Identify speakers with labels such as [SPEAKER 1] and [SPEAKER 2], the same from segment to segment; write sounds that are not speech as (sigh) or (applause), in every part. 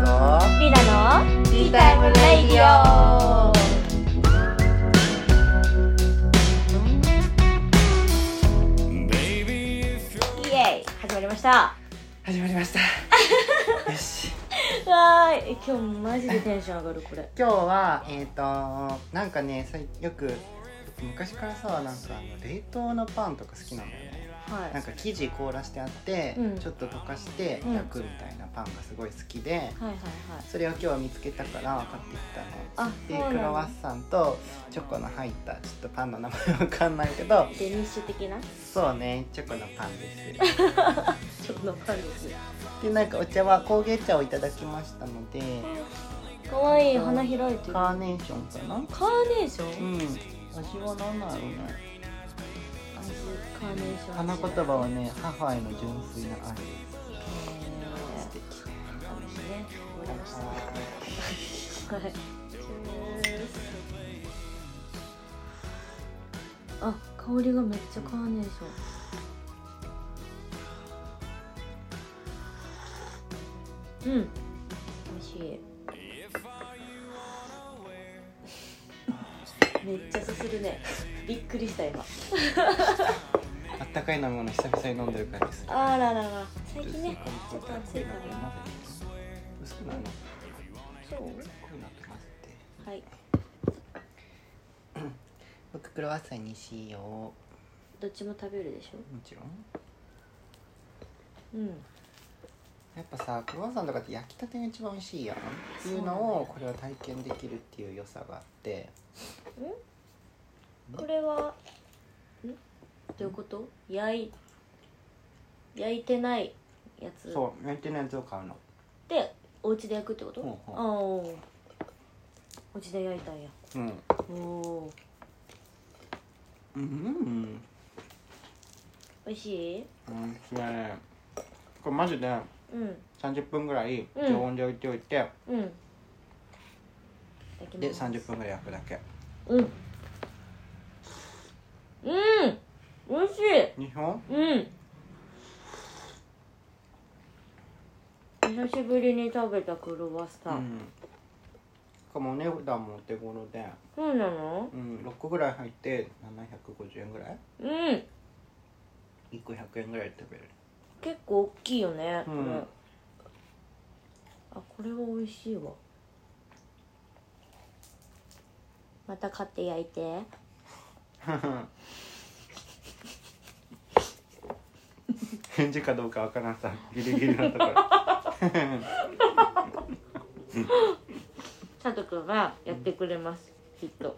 [SPEAKER 1] ピラの
[SPEAKER 2] ティータイムレイディオ
[SPEAKER 1] イエーイ始まりました
[SPEAKER 2] 始まり
[SPEAKER 1] (laughs)
[SPEAKER 2] ましたよし
[SPEAKER 1] わーい今日マジでテンション上がるこれ
[SPEAKER 2] 今日はえっ、となんかねさいよく昔からさなんかあの冷凍のパンとか好きなんだよね
[SPEAKER 1] は
[SPEAKER 2] なんか生地凍らしてあって、
[SPEAKER 1] うん
[SPEAKER 2] ちょっと溶かして
[SPEAKER 1] うん
[SPEAKER 2] 焼くみたいなパンがすごい好きで、
[SPEAKER 1] いはいはいはい
[SPEAKER 2] それを今日は見つけたから買ってきたの
[SPEAKER 1] あ
[SPEAKER 2] で
[SPEAKER 1] そうなん
[SPEAKER 2] クロワ
[SPEAKER 1] だ
[SPEAKER 2] ッサンとチョコの入ったちょっとパンの名前わかんないけど
[SPEAKER 1] デニッシュ的な
[SPEAKER 2] そうねチョコのパンです
[SPEAKER 1] ちょっとパンです
[SPEAKER 2] でなんかお茶は工芸茶をいただきましたので
[SPEAKER 1] かわいい花開いてるカ
[SPEAKER 2] カーネーションかな
[SPEAKER 1] ーネーショ
[SPEAKER 2] う
[SPEAKER 1] ン
[SPEAKER 2] ん味は何だろうね
[SPEAKER 1] 味カーネーション
[SPEAKER 2] 花言葉はね母への純粋な愛
[SPEAKER 1] え
[SPEAKER 2] 素
[SPEAKER 1] ー
[SPEAKER 2] 敵ね
[SPEAKER 1] あのねわかりましたはいあ香りがめっちゃカーネーションうん美味しいめっちゃすするねびっくりした今
[SPEAKER 2] あったかい飲み物久々に飲んでる感じする
[SPEAKER 1] あららら
[SPEAKER 2] ちょっ
[SPEAKER 1] 最
[SPEAKER 2] と
[SPEAKER 1] 近ねちょっと暑いからな
[SPEAKER 2] 薄くなるの
[SPEAKER 1] そう
[SPEAKER 2] 濃くなってますって
[SPEAKER 1] はい
[SPEAKER 2] 僕クロワッサンにしよ
[SPEAKER 1] どっちも食べるでしょ
[SPEAKER 2] うもちろん
[SPEAKER 1] うん
[SPEAKER 2] やっぱさクロワッサンとかって焼きたてが一番美味しいやんっていうのをこれは体験できるっていう良さがあって
[SPEAKER 1] これはんどういうこと焼い焼いてないやつ
[SPEAKER 2] そう焼いてないやつを買うの
[SPEAKER 1] でお家で焼くってこと、
[SPEAKER 2] うんうん
[SPEAKER 1] ああお家で焼いたんや
[SPEAKER 2] うん
[SPEAKER 1] おお
[SPEAKER 2] うんうん
[SPEAKER 1] 美味しい
[SPEAKER 2] うんそれねこれマジで
[SPEAKER 1] うん
[SPEAKER 2] 30分ぐらい
[SPEAKER 1] うん
[SPEAKER 2] 常温で置いておいて、
[SPEAKER 1] うんいただき
[SPEAKER 2] で
[SPEAKER 1] ます
[SPEAKER 2] 30分ぐらい焼くだけ
[SPEAKER 1] うんうん美味しい
[SPEAKER 2] 日本
[SPEAKER 1] うん久しぶりに食べたクロワッ
[SPEAKER 2] う
[SPEAKER 1] サン、
[SPEAKER 2] んしかもお値段もお手頃で、
[SPEAKER 1] そうなの
[SPEAKER 2] うん、6個ぐらい入って750円ぐらい
[SPEAKER 1] うん
[SPEAKER 2] 1個100円ぐらいで食べれ
[SPEAKER 1] (laughs)
[SPEAKER 2] る
[SPEAKER 1] 結構大きいよね、
[SPEAKER 2] うん
[SPEAKER 1] これあこれは美味しいわまた買って焼いて
[SPEAKER 2] 返事かどうかわからんさギリギリのところ
[SPEAKER 1] (laughs) 佐藤くんがやってくれます、きっと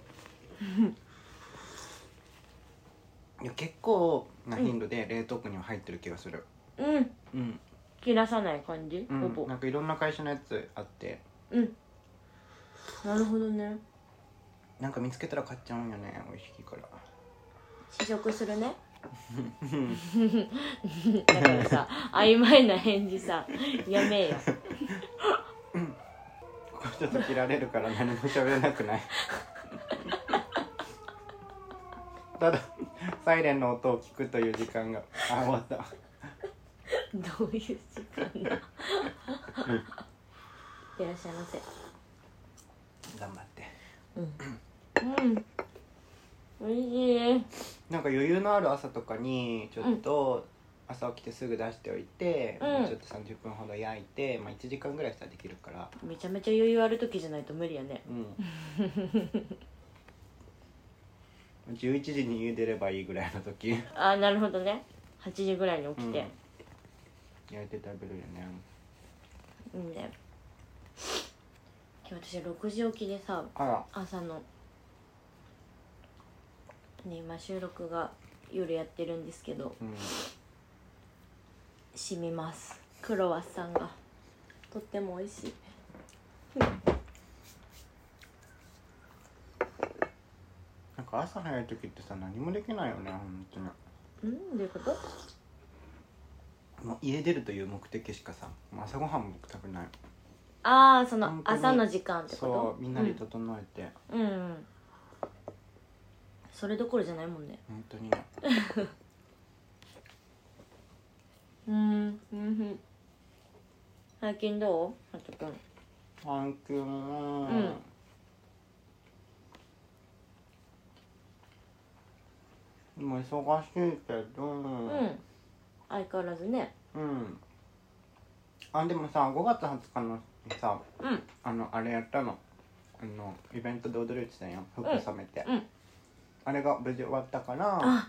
[SPEAKER 2] いや結構な頻度で冷凍庫には入ってる気がする
[SPEAKER 1] うん
[SPEAKER 2] うん、
[SPEAKER 1] 切らさない感じ、
[SPEAKER 2] うん
[SPEAKER 1] ほぼ
[SPEAKER 2] なんかいろんな会社のやつあって
[SPEAKER 1] うんなるほどね
[SPEAKER 2] なんか見つけたら買っちゃうんよね美味しいから
[SPEAKER 1] 試食す (laughs) るねだからさ曖昧な返事さやめえよ
[SPEAKER 2] ここちょっと切られるから何も喋れなくない (laughs) ただサイレンの音を聞くという時間があ終わった
[SPEAKER 1] どういう時間 (laughs) だいってらっしゃいませ
[SPEAKER 2] 頑張って
[SPEAKER 1] うん。おいしい。
[SPEAKER 2] なんか余裕のある朝とかにちょっと朝起きてすぐ出しておいて、
[SPEAKER 1] うん
[SPEAKER 2] もうちょっと30分ほど焼いて、まあ、1時間ぐらいしたらできるから
[SPEAKER 1] めちゃめちゃ余裕ある時じゃないと無理やね。
[SPEAKER 2] うん (laughs) 11時に家出ればいいぐらいの時 (laughs)
[SPEAKER 1] ああ、なるほどね。8時ぐらいに起きて。
[SPEAKER 2] うん焼いて食べるよね
[SPEAKER 1] いいね。今日私6時起きでさ、
[SPEAKER 2] あら
[SPEAKER 1] 朝の。ね、今収録が夜やってるんですけど、
[SPEAKER 2] うん
[SPEAKER 1] 染みます。クロワッサンが。とっても美味しい。
[SPEAKER 2] なんか朝早い時ってさ何もできないよね本当に
[SPEAKER 1] うん、どういうこと
[SPEAKER 2] もう家出るという目的しかさもう朝ごはんも僕食べない
[SPEAKER 1] ああ、その
[SPEAKER 2] 本当に
[SPEAKER 1] 朝の時間ってこと
[SPEAKER 2] そうみんなで整えて、
[SPEAKER 1] うん、うんうん。それどころじゃないもんね。
[SPEAKER 2] 本当にね
[SPEAKER 1] うんうん最近どうハト君
[SPEAKER 2] サンキューも
[SPEAKER 1] うん
[SPEAKER 2] 今忙しいけど
[SPEAKER 1] うん、相変わらずね
[SPEAKER 2] うんあでもさ5月20日のさ
[SPEAKER 1] うん
[SPEAKER 2] あのあれやったのあのイベントで踊るってたやん服染めて、
[SPEAKER 1] うん
[SPEAKER 2] あれが無事終わったから
[SPEAKER 1] あ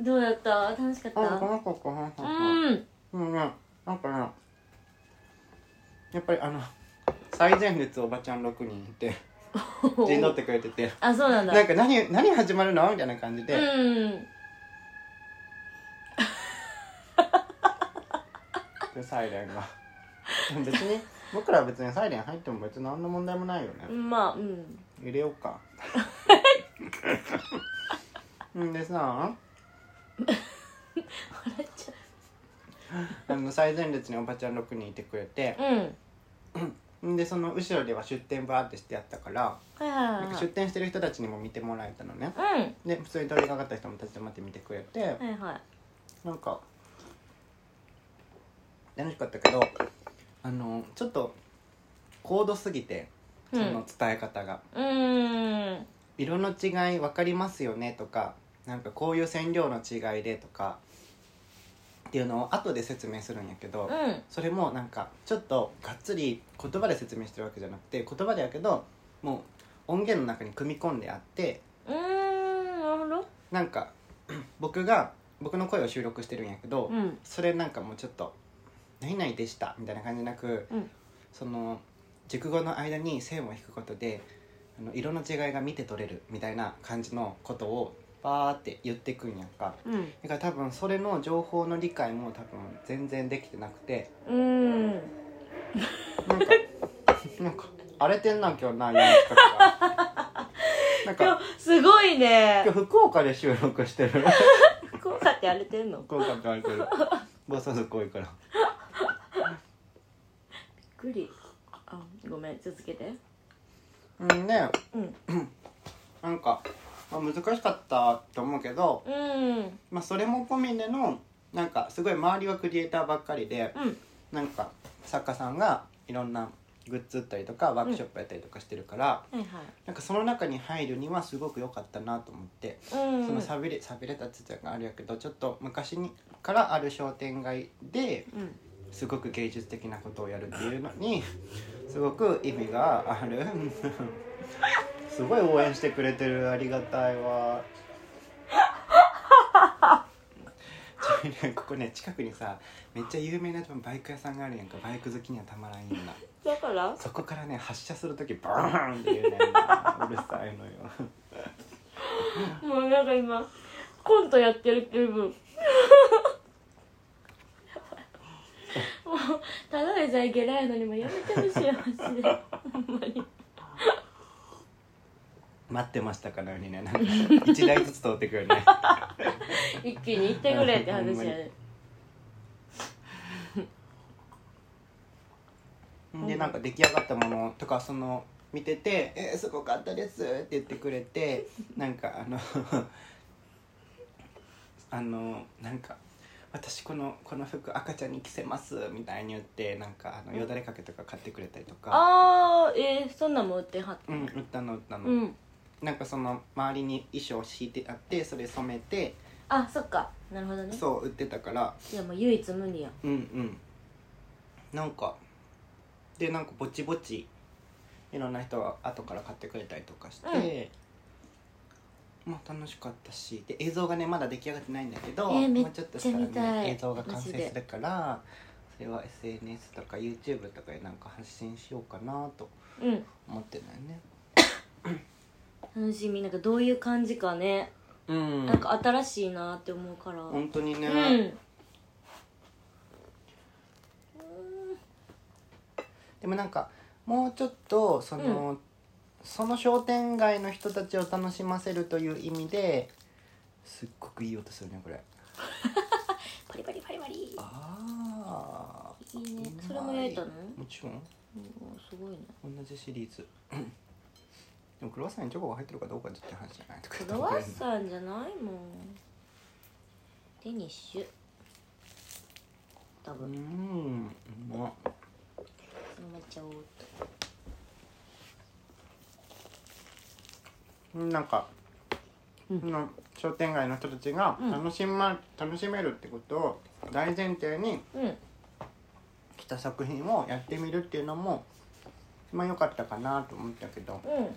[SPEAKER 1] どうだった楽しかった
[SPEAKER 2] あこの子この子
[SPEAKER 1] うん
[SPEAKER 2] もうねなんかねやっぱりあの最前列おばちゃん6人いて陣取ってくれてて
[SPEAKER 1] (laughs) あそうなんだ
[SPEAKER 2] なんか何何始まるのみたいな感じで、
[SPEAKER 1] うん
[SPEAKER 2] でサイレンがでも別に (laughs) 僕らは別にサイレン入っても別に何の問題もないよね、
[SPEAKER 1] うんまあうん
[SPEAKER 2] 入れよう
[SPEAKER 1] (laughs)
[SPEAKER 2] かんでさ
[SPEAKER 1] 笑っちゃ
[SPEAKER 2] (laughs) あの最前列におばちゃん6人いてくれて
[SPEAKER 1] ううん
[SPEAKER 2] んでその後ろでは出店バーってしてやったから
[SPEAKER 1] はいはい
[SPEAKER 2] なん
[SPEAKER 1] は
[SPEAKER 2] か
[SPEAKER 1] い
[SPEAKER 2] 出店してる人たちにも見てもらえたのね
[SPEAKER 1] はい
[SPEAKER 2] で普通に通りかかった人も立ち止まって見てくれて
[SPEAKER 1] うんはいはい
[SPEAKER 2] なんか楽しかったけどあのちょっと高度すぎてその伝え方が、
[SPEAKER 1] うーん
[SPEAKER 2] 色の違い分かりますよねとかなんかこういう染料の違いでとかっていうのを後で説明するんやけど、
[SPEAKER 1] うん
[SPEAKER 2] それもなんかちょっとがっつり言葉で説明してるわけじゃなくて言葉でやけどもう音源の中に組み込んであって
[SPEAKER 1] うーんなるほど
[SPEAKER 2] なんか (clears throat) 僕が僕の声を収録してるんやけど、
[SPEAKER 1] うん
[SPEAKER 2] それなんかもうちょっと「何々でした」みたいな感じじゃなく、
[SPEAKER 1] うん
[SPEAKER 2] その熟語の間に線を引くことであの色の違いが見て取れるみたいな感じのことをバーって言ってくんやんか
[SPEAKER 1] うん
[SPEAKER 2] だから多分それの情報の理解も多分全然できてなくて
[SPEAKER 1] うーん
[SPEAKER 2] なんかなんか荒れてんな今日内容の企画が
[SPEAKER 1] (laughs)
[SPEAKER 2] なん
[SPEAKER 1] 今
[SPEAKER 2] か
[SPEAKER 1] 日すごいね
[SPEAKER 2] 今日福岡で収録してる
[SPEAKER 1] 福岡って荒れてんのびっ
[SPEAKER 2] 福岡って荒れて
[SPEAKER 1] (laughs)
[SPEAKER 2] る暴走族多いから
[SPEAKER 1] くりあごめん続けて
[SPEAKER 2] うんね
[SPEAKER 1] うん
[SPEAKER 2] なんか、まあ、難しかったと思うけど、
[SPEAKER 1] うん
[SPEAKER 2] まあ、それも込みでのなんかすごい周りはクリエイターばっかりで
[SPEAKER 1] うん
[SPEAKER 2] なんか作家さんがいろんなグッズ売ったりとかワークショップやったりとかしてるから、
[SPEAKER 1] はいはい
[SPEAKER 2] なんかその中に入るにはすごく良かったなと思って、
[SPEAKER 1] うん
[SPEAKER 2] そのさびれさびれたって言ったらあるやけどちょっと昔にからある商店街で
[SPEAKER 1] うん
[SPEAKER 2] すごく芸術的なことをやるっていうのにすごく意味がある (laughs) すごい応援してくれてるありがたいわちなみにここね近くにさめっちゃ有名な多分バイク屋さんがあるやんかバイク好きにはたまらんような
[SPEAKER 1] だから
[SPEAKER 2] そこからね発車する時バーンっていうねうるさいのよ
[SPEAKER 1] もうなんか今コントやってる気分もうただでさえゲラやのにもやめてほしいマジでほんまに
[SPEAKER 2] 待ってましたかのようにねなんか1台ずつ通ってくるね
[SPEAKER 1] 一気に行ってくれって話やね
[SPEAKER 2] でなんか出来上がったものとかその見てて「えー、すごかったです」って言ってくれて (laughs) なんかあのあのなんか「私このこの服赤ちゃんに着せます」みたいに言ってなんかあのよだれかけとか買ってくれたりとか、
[SPEAKER 1] あーえー、そんなんも売ってはっ
[SPEAKER 2] うん、売ったの売った
[SPEAKER 1] た
[SPEAKER 2] の、
[SPEAKER 1] うん
[SPEAKER 2] なんかその周りに衣装を敷いてあってそれ染めて
[SPEAKER 1] あそっかなるほどね
[SPEAKER 2] そう売ってたから
[SPEAKER 1] いやもう唯一無二や
[SPEAKER 2] うんうんなんかでなんかぼちぼちいろんな人が後から買ってくれたりとかして、まあ楽しかったしで映像がねまだ出来上がってないんだけど、
[SPEAKER 1] えーめっ
[SPEAKER 2] もうちょっとしたら
[SPEAKER 1] ちゃ見たい
[SPEAKER 2] ね映像が完成
[SPEAKER 1] マジです
[SPEAKER 2] るからそれは SNS とか YouTube とかでなんか発信しようかなと
[SPEAKER 1] うん
[SPEAKER 2] 思ってないね
[SPEAKER 1] 楽しみなんかどういう感じかね、
[SPEAKER 2] うん
[SPEAKER 1] なんか新しいなって思うから
[SPEAKER 2] 本当にね、
[SPEAKER 1] うん
[SPEAKER 2] でもなんかもうちょっとその、その商店街の人たちを楽しませるという意味ですっごくいい音するねこれ
[SPEAKER 1] パリパリパリパリ
[SPEAKER 2] あ
[SPEAKER 1] いいねそれも焼いたの
[SPEAKER 2] あもちろん
[SPEAKER 1] うんすごいね
[SPEAKER 2] 同じシリーズ (coughs) でもクロワッサンにチョコが入ってるかどうかちょっと話じゃないとか
[SPEAKER 1] クロワッサンじゃないもんデニッシュ多
[SPEAKER 2] う
[SPEAKER 1] 分
[SPEAKER 2] んうまっ
[SPEAKER 1] そのままちゃおうと
[SPEAKER 2] なんか、
[SPEAKER 1] うん
[SPEAKER 2] その商店街の人たちが
[SPEAKER 1] うん
[SPEAKER 2] 楽し,、ま楽しめるってことを大前提に
[SPEAKER 1] うん
[SPEAKER 2] 来た作品をやってみるっていうのもまあ良かったかなと思ったけど
[SPEAKER 1] うん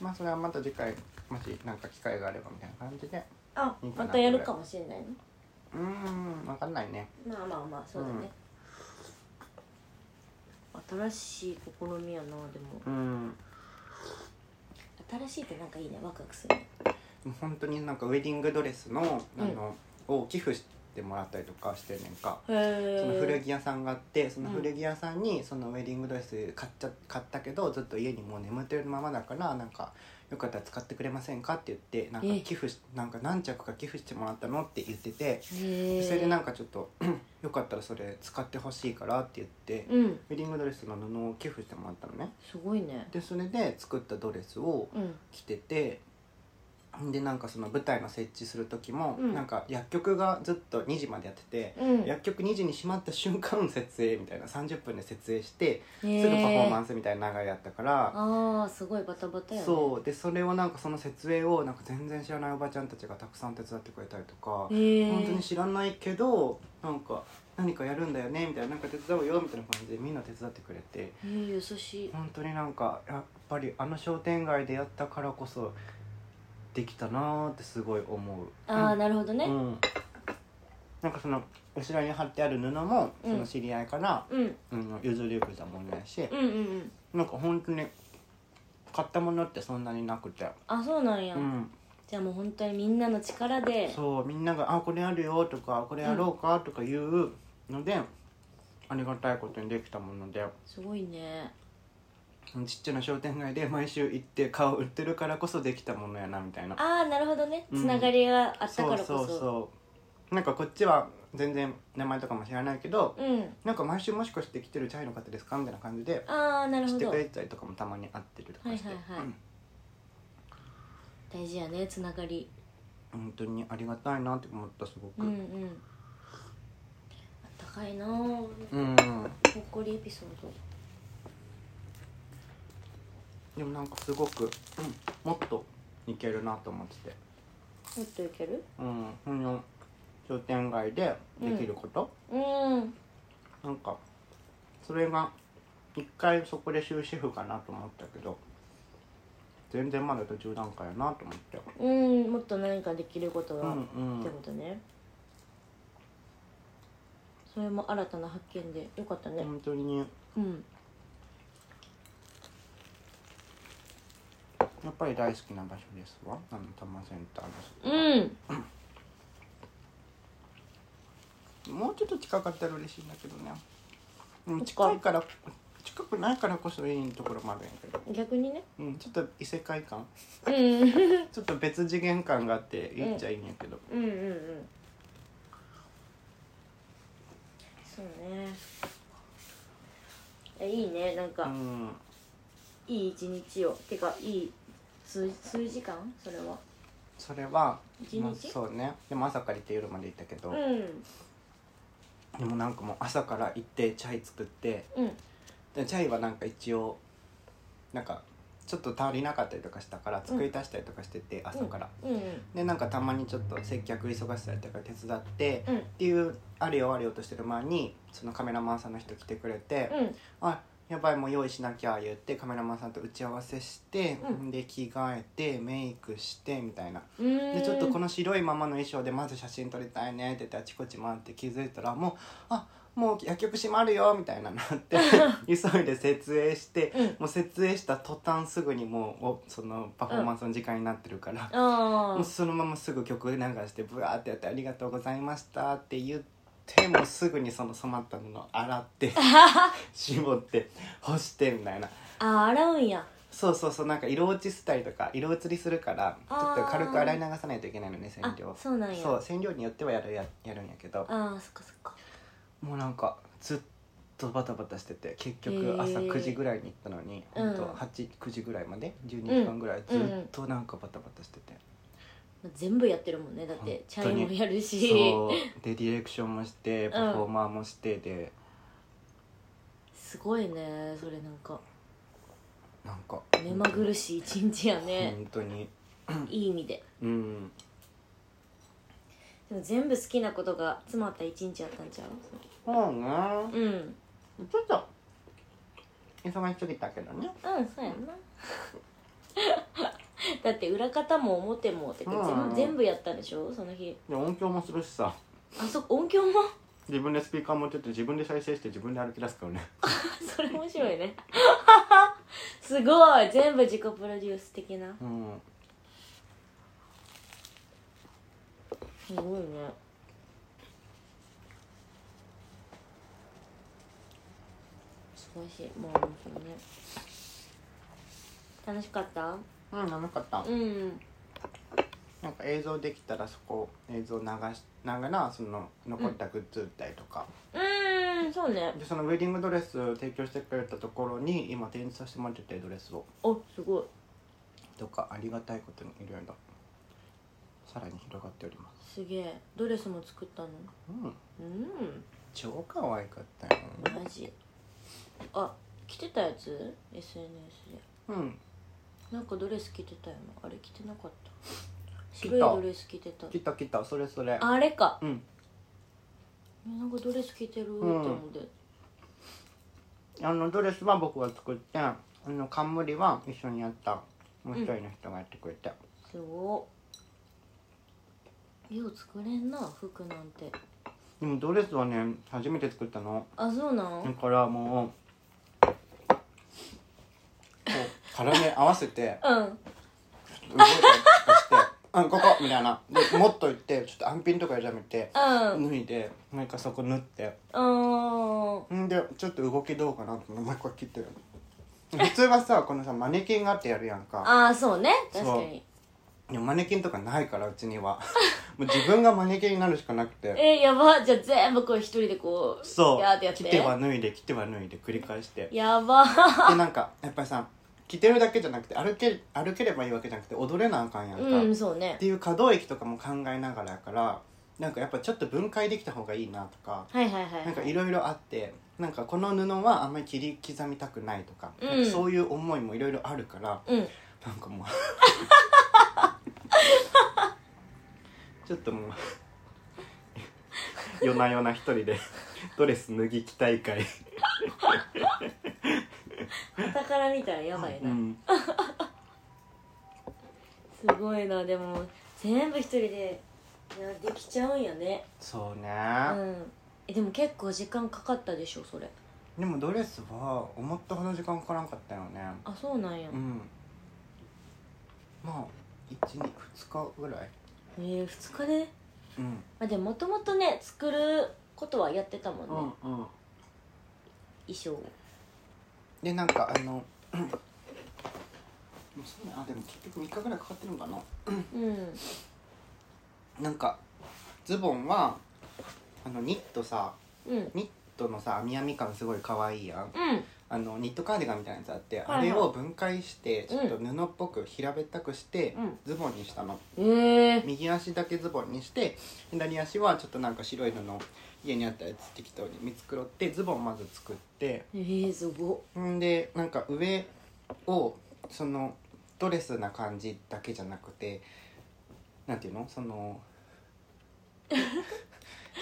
[SPEAKER 2] まあそれはまた次回もしなんか機会があればみたいな感じで
[SPEAKER 1] あ
[SPEAKER 2] いいか
[SPEAKER 1] ま
[SPEAKER 2] な
[SPEAKER 1] たやるかもしれないね
[SPEAKER 2] うーん分かんないね
[SPEAKER 1] まあまあまあそうだね、新しい試みやなでも
[SPEAKER 2] うん
[SPEAKER 1] 新しいってなんかいいねワクワクするね
[SPEAKER 2] 本当になんかウェディングドレスのあの、を寄付してもらったりとかしてんねんか
[SPEAKER 1] へ
[SPEAKER 2] その古
[SPEAKER 1] え
[SPEAKER 2] 着屋さんがあってその古着屋さんにそのウェディングドレス買っちゃ買ったけどずっと家にもう眠ってるままだからなんかよかったら使ってくれませんかって言ってなんか
[SPEAKER 1] え
[SPEAKER 2] 寄付しなんか何着か寄付してもらったのって言ってて
[SPEAKER 1] へえ
[SPEAKER 2] それでなんかちょっと (clears throat) よかったらそれ使ってほしいからって言って
[SPEAKER 1] うん
[SPEAKER 2] ウェディングドレスの布を寄付してもらったのね
[SPEAKER 1] すごいね
[SPEAKER 2] でそれで作ったドレスを
[SPEAKER 1] うん
[SPEAKER 2] 着ててでなんかその舞台の設置する時も、
[SPEAKER 1] うん
[SPEAKER 2] なんか薬局がずっと2時までやってて、
[SPEAKER 1] うん
[SPEAKER 2] 薬局2時に閉まった瞬間設営みたいな30分で設営して
[SPEAKER 1] す
[SPEAKER 2] すぐパフォーマ
[SPEAKER 1] ンス
[SPEAKER 2] ンスみたいな流れやったから、
[SPEAKER 1] ああすごいバタバタやね
[SPEAKER 2] そうでそれをなんかその設営をなんか全然知らないおばちゃんたちがたくさん手伝ってくれたりとか、
[SPEAKER 1] へえ
[SPEAKER 2] 本当に知らないけどなんか何かやるんだよねみたいななんか手伝うよみたいな感じでみんな手伝ってくれて
[SPEAKER 1] へえ優しい
[SPEAKER 2] 本当になんかやっぱりあの商店街でやったからこそできたなーってすごい思う。
[SPEAKER 1] ああなるほど
[SPEAKER 2] う
[SPEAKER 1] ね
[SPEAKER 2] ん、なんかその後ろに貼ってある布も
[SPEAKER 1] うん
[SPEAKER 2] その知り合いから、
[SPEAKER 1] うん
[SPEAKER 2] うん、譲り受けたものやし、
[SPEAKER 1] うんうんうん
[SPEAKER 2] なんか本当に買ったものってそんなになくて、
[SPEAKER 1] あそうなんや
[SPEAKER 2] うん、
[SPEAKER 1] じゃあもう本当にみんなの力で
[SPEAKER 2] そうみんなが「あこれあるよ」とか「これやろうか」とか言うので、ありがたいことにできたもので。
[SPEAKER 1] すごいね
[SPEAKER 2] ちっちゃな商店街で毎週行って顔売ってるからこそできたものやなみたいな
[SPEAKER 1] ああなるほどね
[SPEAKER 2] うん
[SPEAKER 1] つながりがあった
[SPEAKER 2] そ
[SPEAKER 1] か
[SPEAKER 2] う
[SPEAKER 1] らこ
[SPEAKER 2] そう
[SPEAKER 1] そ
[SPEAKER 2] そうなんかこっちは全然名前とかも知らないけど
[SPEAKER 1] うん
[SPEAKER 2] なんか毎週もしかして来てるチャイの方ですかみたいな感じで
[SPEAKER 1] ああなる
[SPEAKER 2] 知
[SPEAKER 1] ほ
[SPEAKER 2] ってく
[SPEAKER 1] どは
[SPEAKER 2] れ
[SPEAKER 1] い
[SPEAKER 2] てたりとかもたまに会ってると
[SPEAKER 1] は
[SPEAKER 2] か
[SPEAKER 1] い
[SPEAKER 2] して、
[SPEAKER 1] はい大事やねつながり
[SPEAKER 2] 本当にありがたいなって思ったすごく
[SPEAKER 1] うんうんあったかいなあほ
[SPEAKER 2] うん
[SPEAKER 1] っこりエピソード
[SPEAKER 2] でもなんかすごく、うんもっといけるなと思ってて、
[SPEAKER 1] もっといける
[SPEAKER 2] うん、この商店街でできること、
[SPEAKER 1] うん
[SPEAKER 2] なんかそれが一回そこで終止符かなと思ったけど全然まだ途中段階やなと思って
[SPEAKER 1] うんもっと何かできること
[SPEAKER 2] う
[SPEAKER 1] がっ
[SPEAKER 2] んうん
[SPEAKER 1] てことねそれも新たな発見でよかったね
[SPEAKER 2] 本当に
[SPEAKER 1] うん
[SPEAKER 2] やっぱり大好きな場所ですわあの多摩センターです
[SPEAKER 1] うん
[SPEAKER 2] もうちょっと近かったら嬉しいんだけどねうん近いから近くないからこそいいところもあるんやけど、
[SPEAKER 1] 逆にね
[SPEAKER 2] うん、ちょっと異世界感
[SPEAKER 1] うんうん
[SPEAKER 2] ちょっと別次元感があっていいっちゃいいんやけど、
[SPEAKER 1] うんうんそうねえいいねなん
[SPEAKER 2] う
[SPEAKER 1] か、
[SPEAKER 2] ん、
[SPEAKER 1] いい一日をてかいい数数時間それは
[SPEAKER 2] それは
[SPEAKER 1] 一日
[SPEAKER 2] まあそうねでも朝から行って夜まで行ったけど、
[SPEAKER 1] うん
[SPEAKER 2] でもなんかもう朝から行ってチャイ作って
[SPEAKER 1] うん
[SPEAKER 2] でチャイはなんか一応なんかちょっと足りなかったりとかしたから作り足したりとかしてて、朝から。
[SPEAKER 1] うん
[SPEAKER 2] でなんかたまにちょっと接客忙しさやったから手伝って、
[SPEAKER 1] うん
[SPEAKER 2] っていうあれよあれよとしてる前にそのカメラマンさんの人来てくれて
[SPEAKER 1] うん
[SPEAKER 2] 「あやばいもう用意しなきゃ」言ってカメラマンさんと打ち合わせして、
[SPEAKER 1] うん
[SPEAKER 2] で着替えてメイクしてみたいな
[SPEAKER 1] うん
[SPEAKER 2] でちょっとこ
[SPEAKER 1] の
[SPEAKER 2] の白いままの衣装でまず写真撮りたいねって言ってあちこち回って気づいたらもう「あもう薬局閉まるよ」みたいななって急いで設営して
[SPEAKER 1] うん
[SPEAKER 2] もう設営した途端すぐにもうおそのパフォーマンスの時間になってるから。
[SPEAKER 1] あ
[SPEAKER 2] もうそのまますぐ曲流してブワーってやって「ありがとうございました」って言ってもうすぐにその染まったものを洗って
[SPEAKER 1] (laughs)
[SPEAKER 2] 絞って干してみたいな
[SPEAKER 1] ああ洗うんや
[SPEAKER 2] そうそうそうなんか色落ちしたりとか色移りするからちょ
[SPEAKER 1] あー
[SPEAKER 2] っと軽く洗い流さないといけないのね染
[SPEAKER 1] あ
[SPEAKER 2] 料
[SPEAKER 1] そうなんや
[SPEAKER 2] そう染料によってはやるややるんやけど
[SPEAKER 1] ああそっかそっか
[SPEAKER 2] もうなんかずっとバタバタしてて結
[SPEAKER 1] へ
[SPEAKER 2] 局
[SPEAKER 1] ー
[SPEAKER 2] 朝9時ぐらいに行ったのに、
[SPEAKER 1] う
[SPEAKER 2] ほ
[SPEAKER 1] ん
[SPEAKER 2] んと89時ぐらいまで12時間ぐらいずっとなんかバタバタしてて。
[SPEAKER 1] まあ全部やってるもんねだってチ
[SPEAKER 2] 本
[SPEAKER 1] ャ
[SPEAKER 2] 当
[SPEAKER 1] イ
[SPEAKER 2] に
[SPEAKER 1] もやるし
[SPEAKER 2] そうでディレクションもしてパフォーマーもしてで、
[SPEAKER 1] すごいねそれなんか
[SPEAKER 2] なんか
[SPEAKER 1] 目まぐるしい一日やね
[SPEAKER 2] 本当に
[SPEAKER 1] いい意味で
[SPEAKER 2] うん
[SPEAKER 1] でも全部好きなことが詰まった一日やったんちゃう
[SPEAKER 2] そうね
[SPEAKER 1] うん
[SPEAKER 2] ちょっと忙しすぎたけどね
[SPEAKER 1] うんそうやんな (laughs) だって裏方も表もってか
[SPEAKER 2] うん
[SPEAKER 1] 全部全部やったんでしょその日
[SPEAKER 2] で音響もするしさ
[SPEAKER 1] あそこ音響も (laughs)
[SPEAKER 2] 自分でスピーカー持ってって自分で再生して自分で歩き出すからね
[SPEAKER 1] それ面白いね (laughs) すごい全部自己プロデュース的な
[SPEAKER 2] うん
[SPEAKER 1] すごいねすごいしもう本当にね楽しかった
[SPEAKER 2] うん楽しかった
[SPEAKER 1] うん
[SPEAKER 2] なんか映像できたらそこ映像流しながらその残ったグッズ売ったりとか、
[SPEAKER 1] うんそうね
[SPEAKER 2] でそのウェディングドレス提供してくれたところに今展示させてもらっててドレスを
[SPEAKER 1] おすごい
[SPEAKER 2] とかありがたいことにいろいろさらに広がっております
[SPEAKER 1] すげえドレスも作ったの
[SPEAKER 2] うん
[SPEAKER 1] うん
[SPEAKER 2] 超可愛かったよ
[SPEAKER 1] マジあ着てたやつ SNS で
[SPEAKER 2] うん
[SPEAKER 1] なんかドレス着てたよなあれ着てなかった
[SPEAKER 2] 着た
[SPEAKER 1] 白いドレス着てた
[SPEAKER 2] 来た来たそれそれ
[SPEAKER 1] あれか
[SPEAKER 2] うん
[SPEAKER 1] なんかドレス着てるって思って、
[SPEAKER 2] あのドレスは僕が作ってあの冠は一緒にやったもう一人の人がやってくれて、
[SPEAKER 1] すごっよう作れんな服なんて
[SPEAKER 2] でもドレスはね初めて作ったの
[SPEAKER 1] あそうなん、
[SPEAKER 2] だからもうこう体に合わせて
[SPEAKER 1] うん
[SPEAKER 2] 動いたりとかして「うんここ」みたいなでもっといってちょっと安ピンとかやめて
[SPEAKER 1] うん
[SPEAKER 2] 脱いでなんかそこ縫って
[SPEAKER 1] うん
[SPEAKER 2] んでちょっと動きどうかなってもう一回切ってる普通はさこのさマネキンがあってやるやんか
[SPEAKER 1] ああそうね
[SPEAKER 2] そう
[SPEAKER 1] 確かに
[SPEAKER 2] でもマネキンとかないからうちに
[SPEAKER 1] (laughs)
[SPEAKER 2] はもう自分がマネキンになるしかなくて
[SPEAKER 1] えー、やばじゃあ全部これ一人でこう
[SPEAKER 2] そ
[SPEAKER 1] やーってやっ
[SPEAKER 2] う
[SPEAKER 1] て
[SPEAKER 2] 着ては脱いで着ては脱いで繰り返して
[SPEAKER 1] やば
[SPEAKER 2] でなんかやっぱりさ着てるだけじゃなくて歩け歩ければいいわけじゃなくて踊れなあかんやんか、
[SPEAKER 1] うん
[SPEAKER 2] っ
[SPEAKER 1] そうね
[SPEAKER 2] ていう可動域とかも考えながらやからなんかやっぱちょっと分解できた方がいいなとか
[SPEAKER 1] はいはいはい
[SPEAKER 2] なんかいろいろあってなんかこの布はあんまり切り刻みたくないとか,、
[SPEAKER 1] うん
[SPEAKER 2] なんかそういう思いもいろいろあるから
[SPEAKER 1] うん
[SPEAKER 2] なんか
[SPEAKER 1] (laughs)
[SPEAKER 2] もうちょっともう夜な夜な一人でドレス脱ぎ着大会
[SPEAKER 1] 傍から見たらやばいな、
[SPEAKER 2] うん、
[SPEAKER 1] すごいなでも全部一人でいやできちゃうんやね
[SPEAKER 2] そうね、
[SPEAKER 1] うんえでも結構時間かかったでしょそれ
[SPEAKER 2] でもドレスは思ったほど時間かからんかったよね
[SPEAKER 1] あそうなんや、
[SPEAKER 2] うんまあ12日ぐらい
[SPEAKER 1] えー、2日で
[SPEAKER 2] うん
[SPEAKER 1] まあ、でももともとね作ることはやってたもんね、衣
[SPEAKER 2] うん
[SPEAKER 1] 装を
[SPEAKER 2] でなんかあのうんでもそうねあでも結局3日ぐらいかかってるのかな
[SPEAKER 1] うん
[SPEAKER 2] なんかズボンはあのニットさ
[SPEAKER 1] うん
[SPEAKER 2] ニットのさ編み編み感すごい可愛いやん
[SPEAKER 1] うん
[SPEAKER 2] あのニットカーディガンみたいなやつあって、
[SPEAKER 1] はいはい
[SPEAKER 2] あれを分解してち
[SPEAKER 1] う
[SPEAKER 2] ょ
[SPEAKER 1] ん
[SPEAKER 2] っと布っぽく平べったくして、
[SPEAKER 1] うん
[SPEAKER 2] ズボンにしたの
[SPEAKER 1] ええ
[SPEAKER 2] 右足だけズボンにして左足はちょっとなんか白い布家にあったやつ適当に見繕ってズボンまず作って
[SPEAKER 1] えー、すご
[SPEAKER 2] んでなんか上をそのドレスな感じだけじゃなくてなんていうのそ
[SPEAKER 1] (laughs)
[SPEAKER 2] の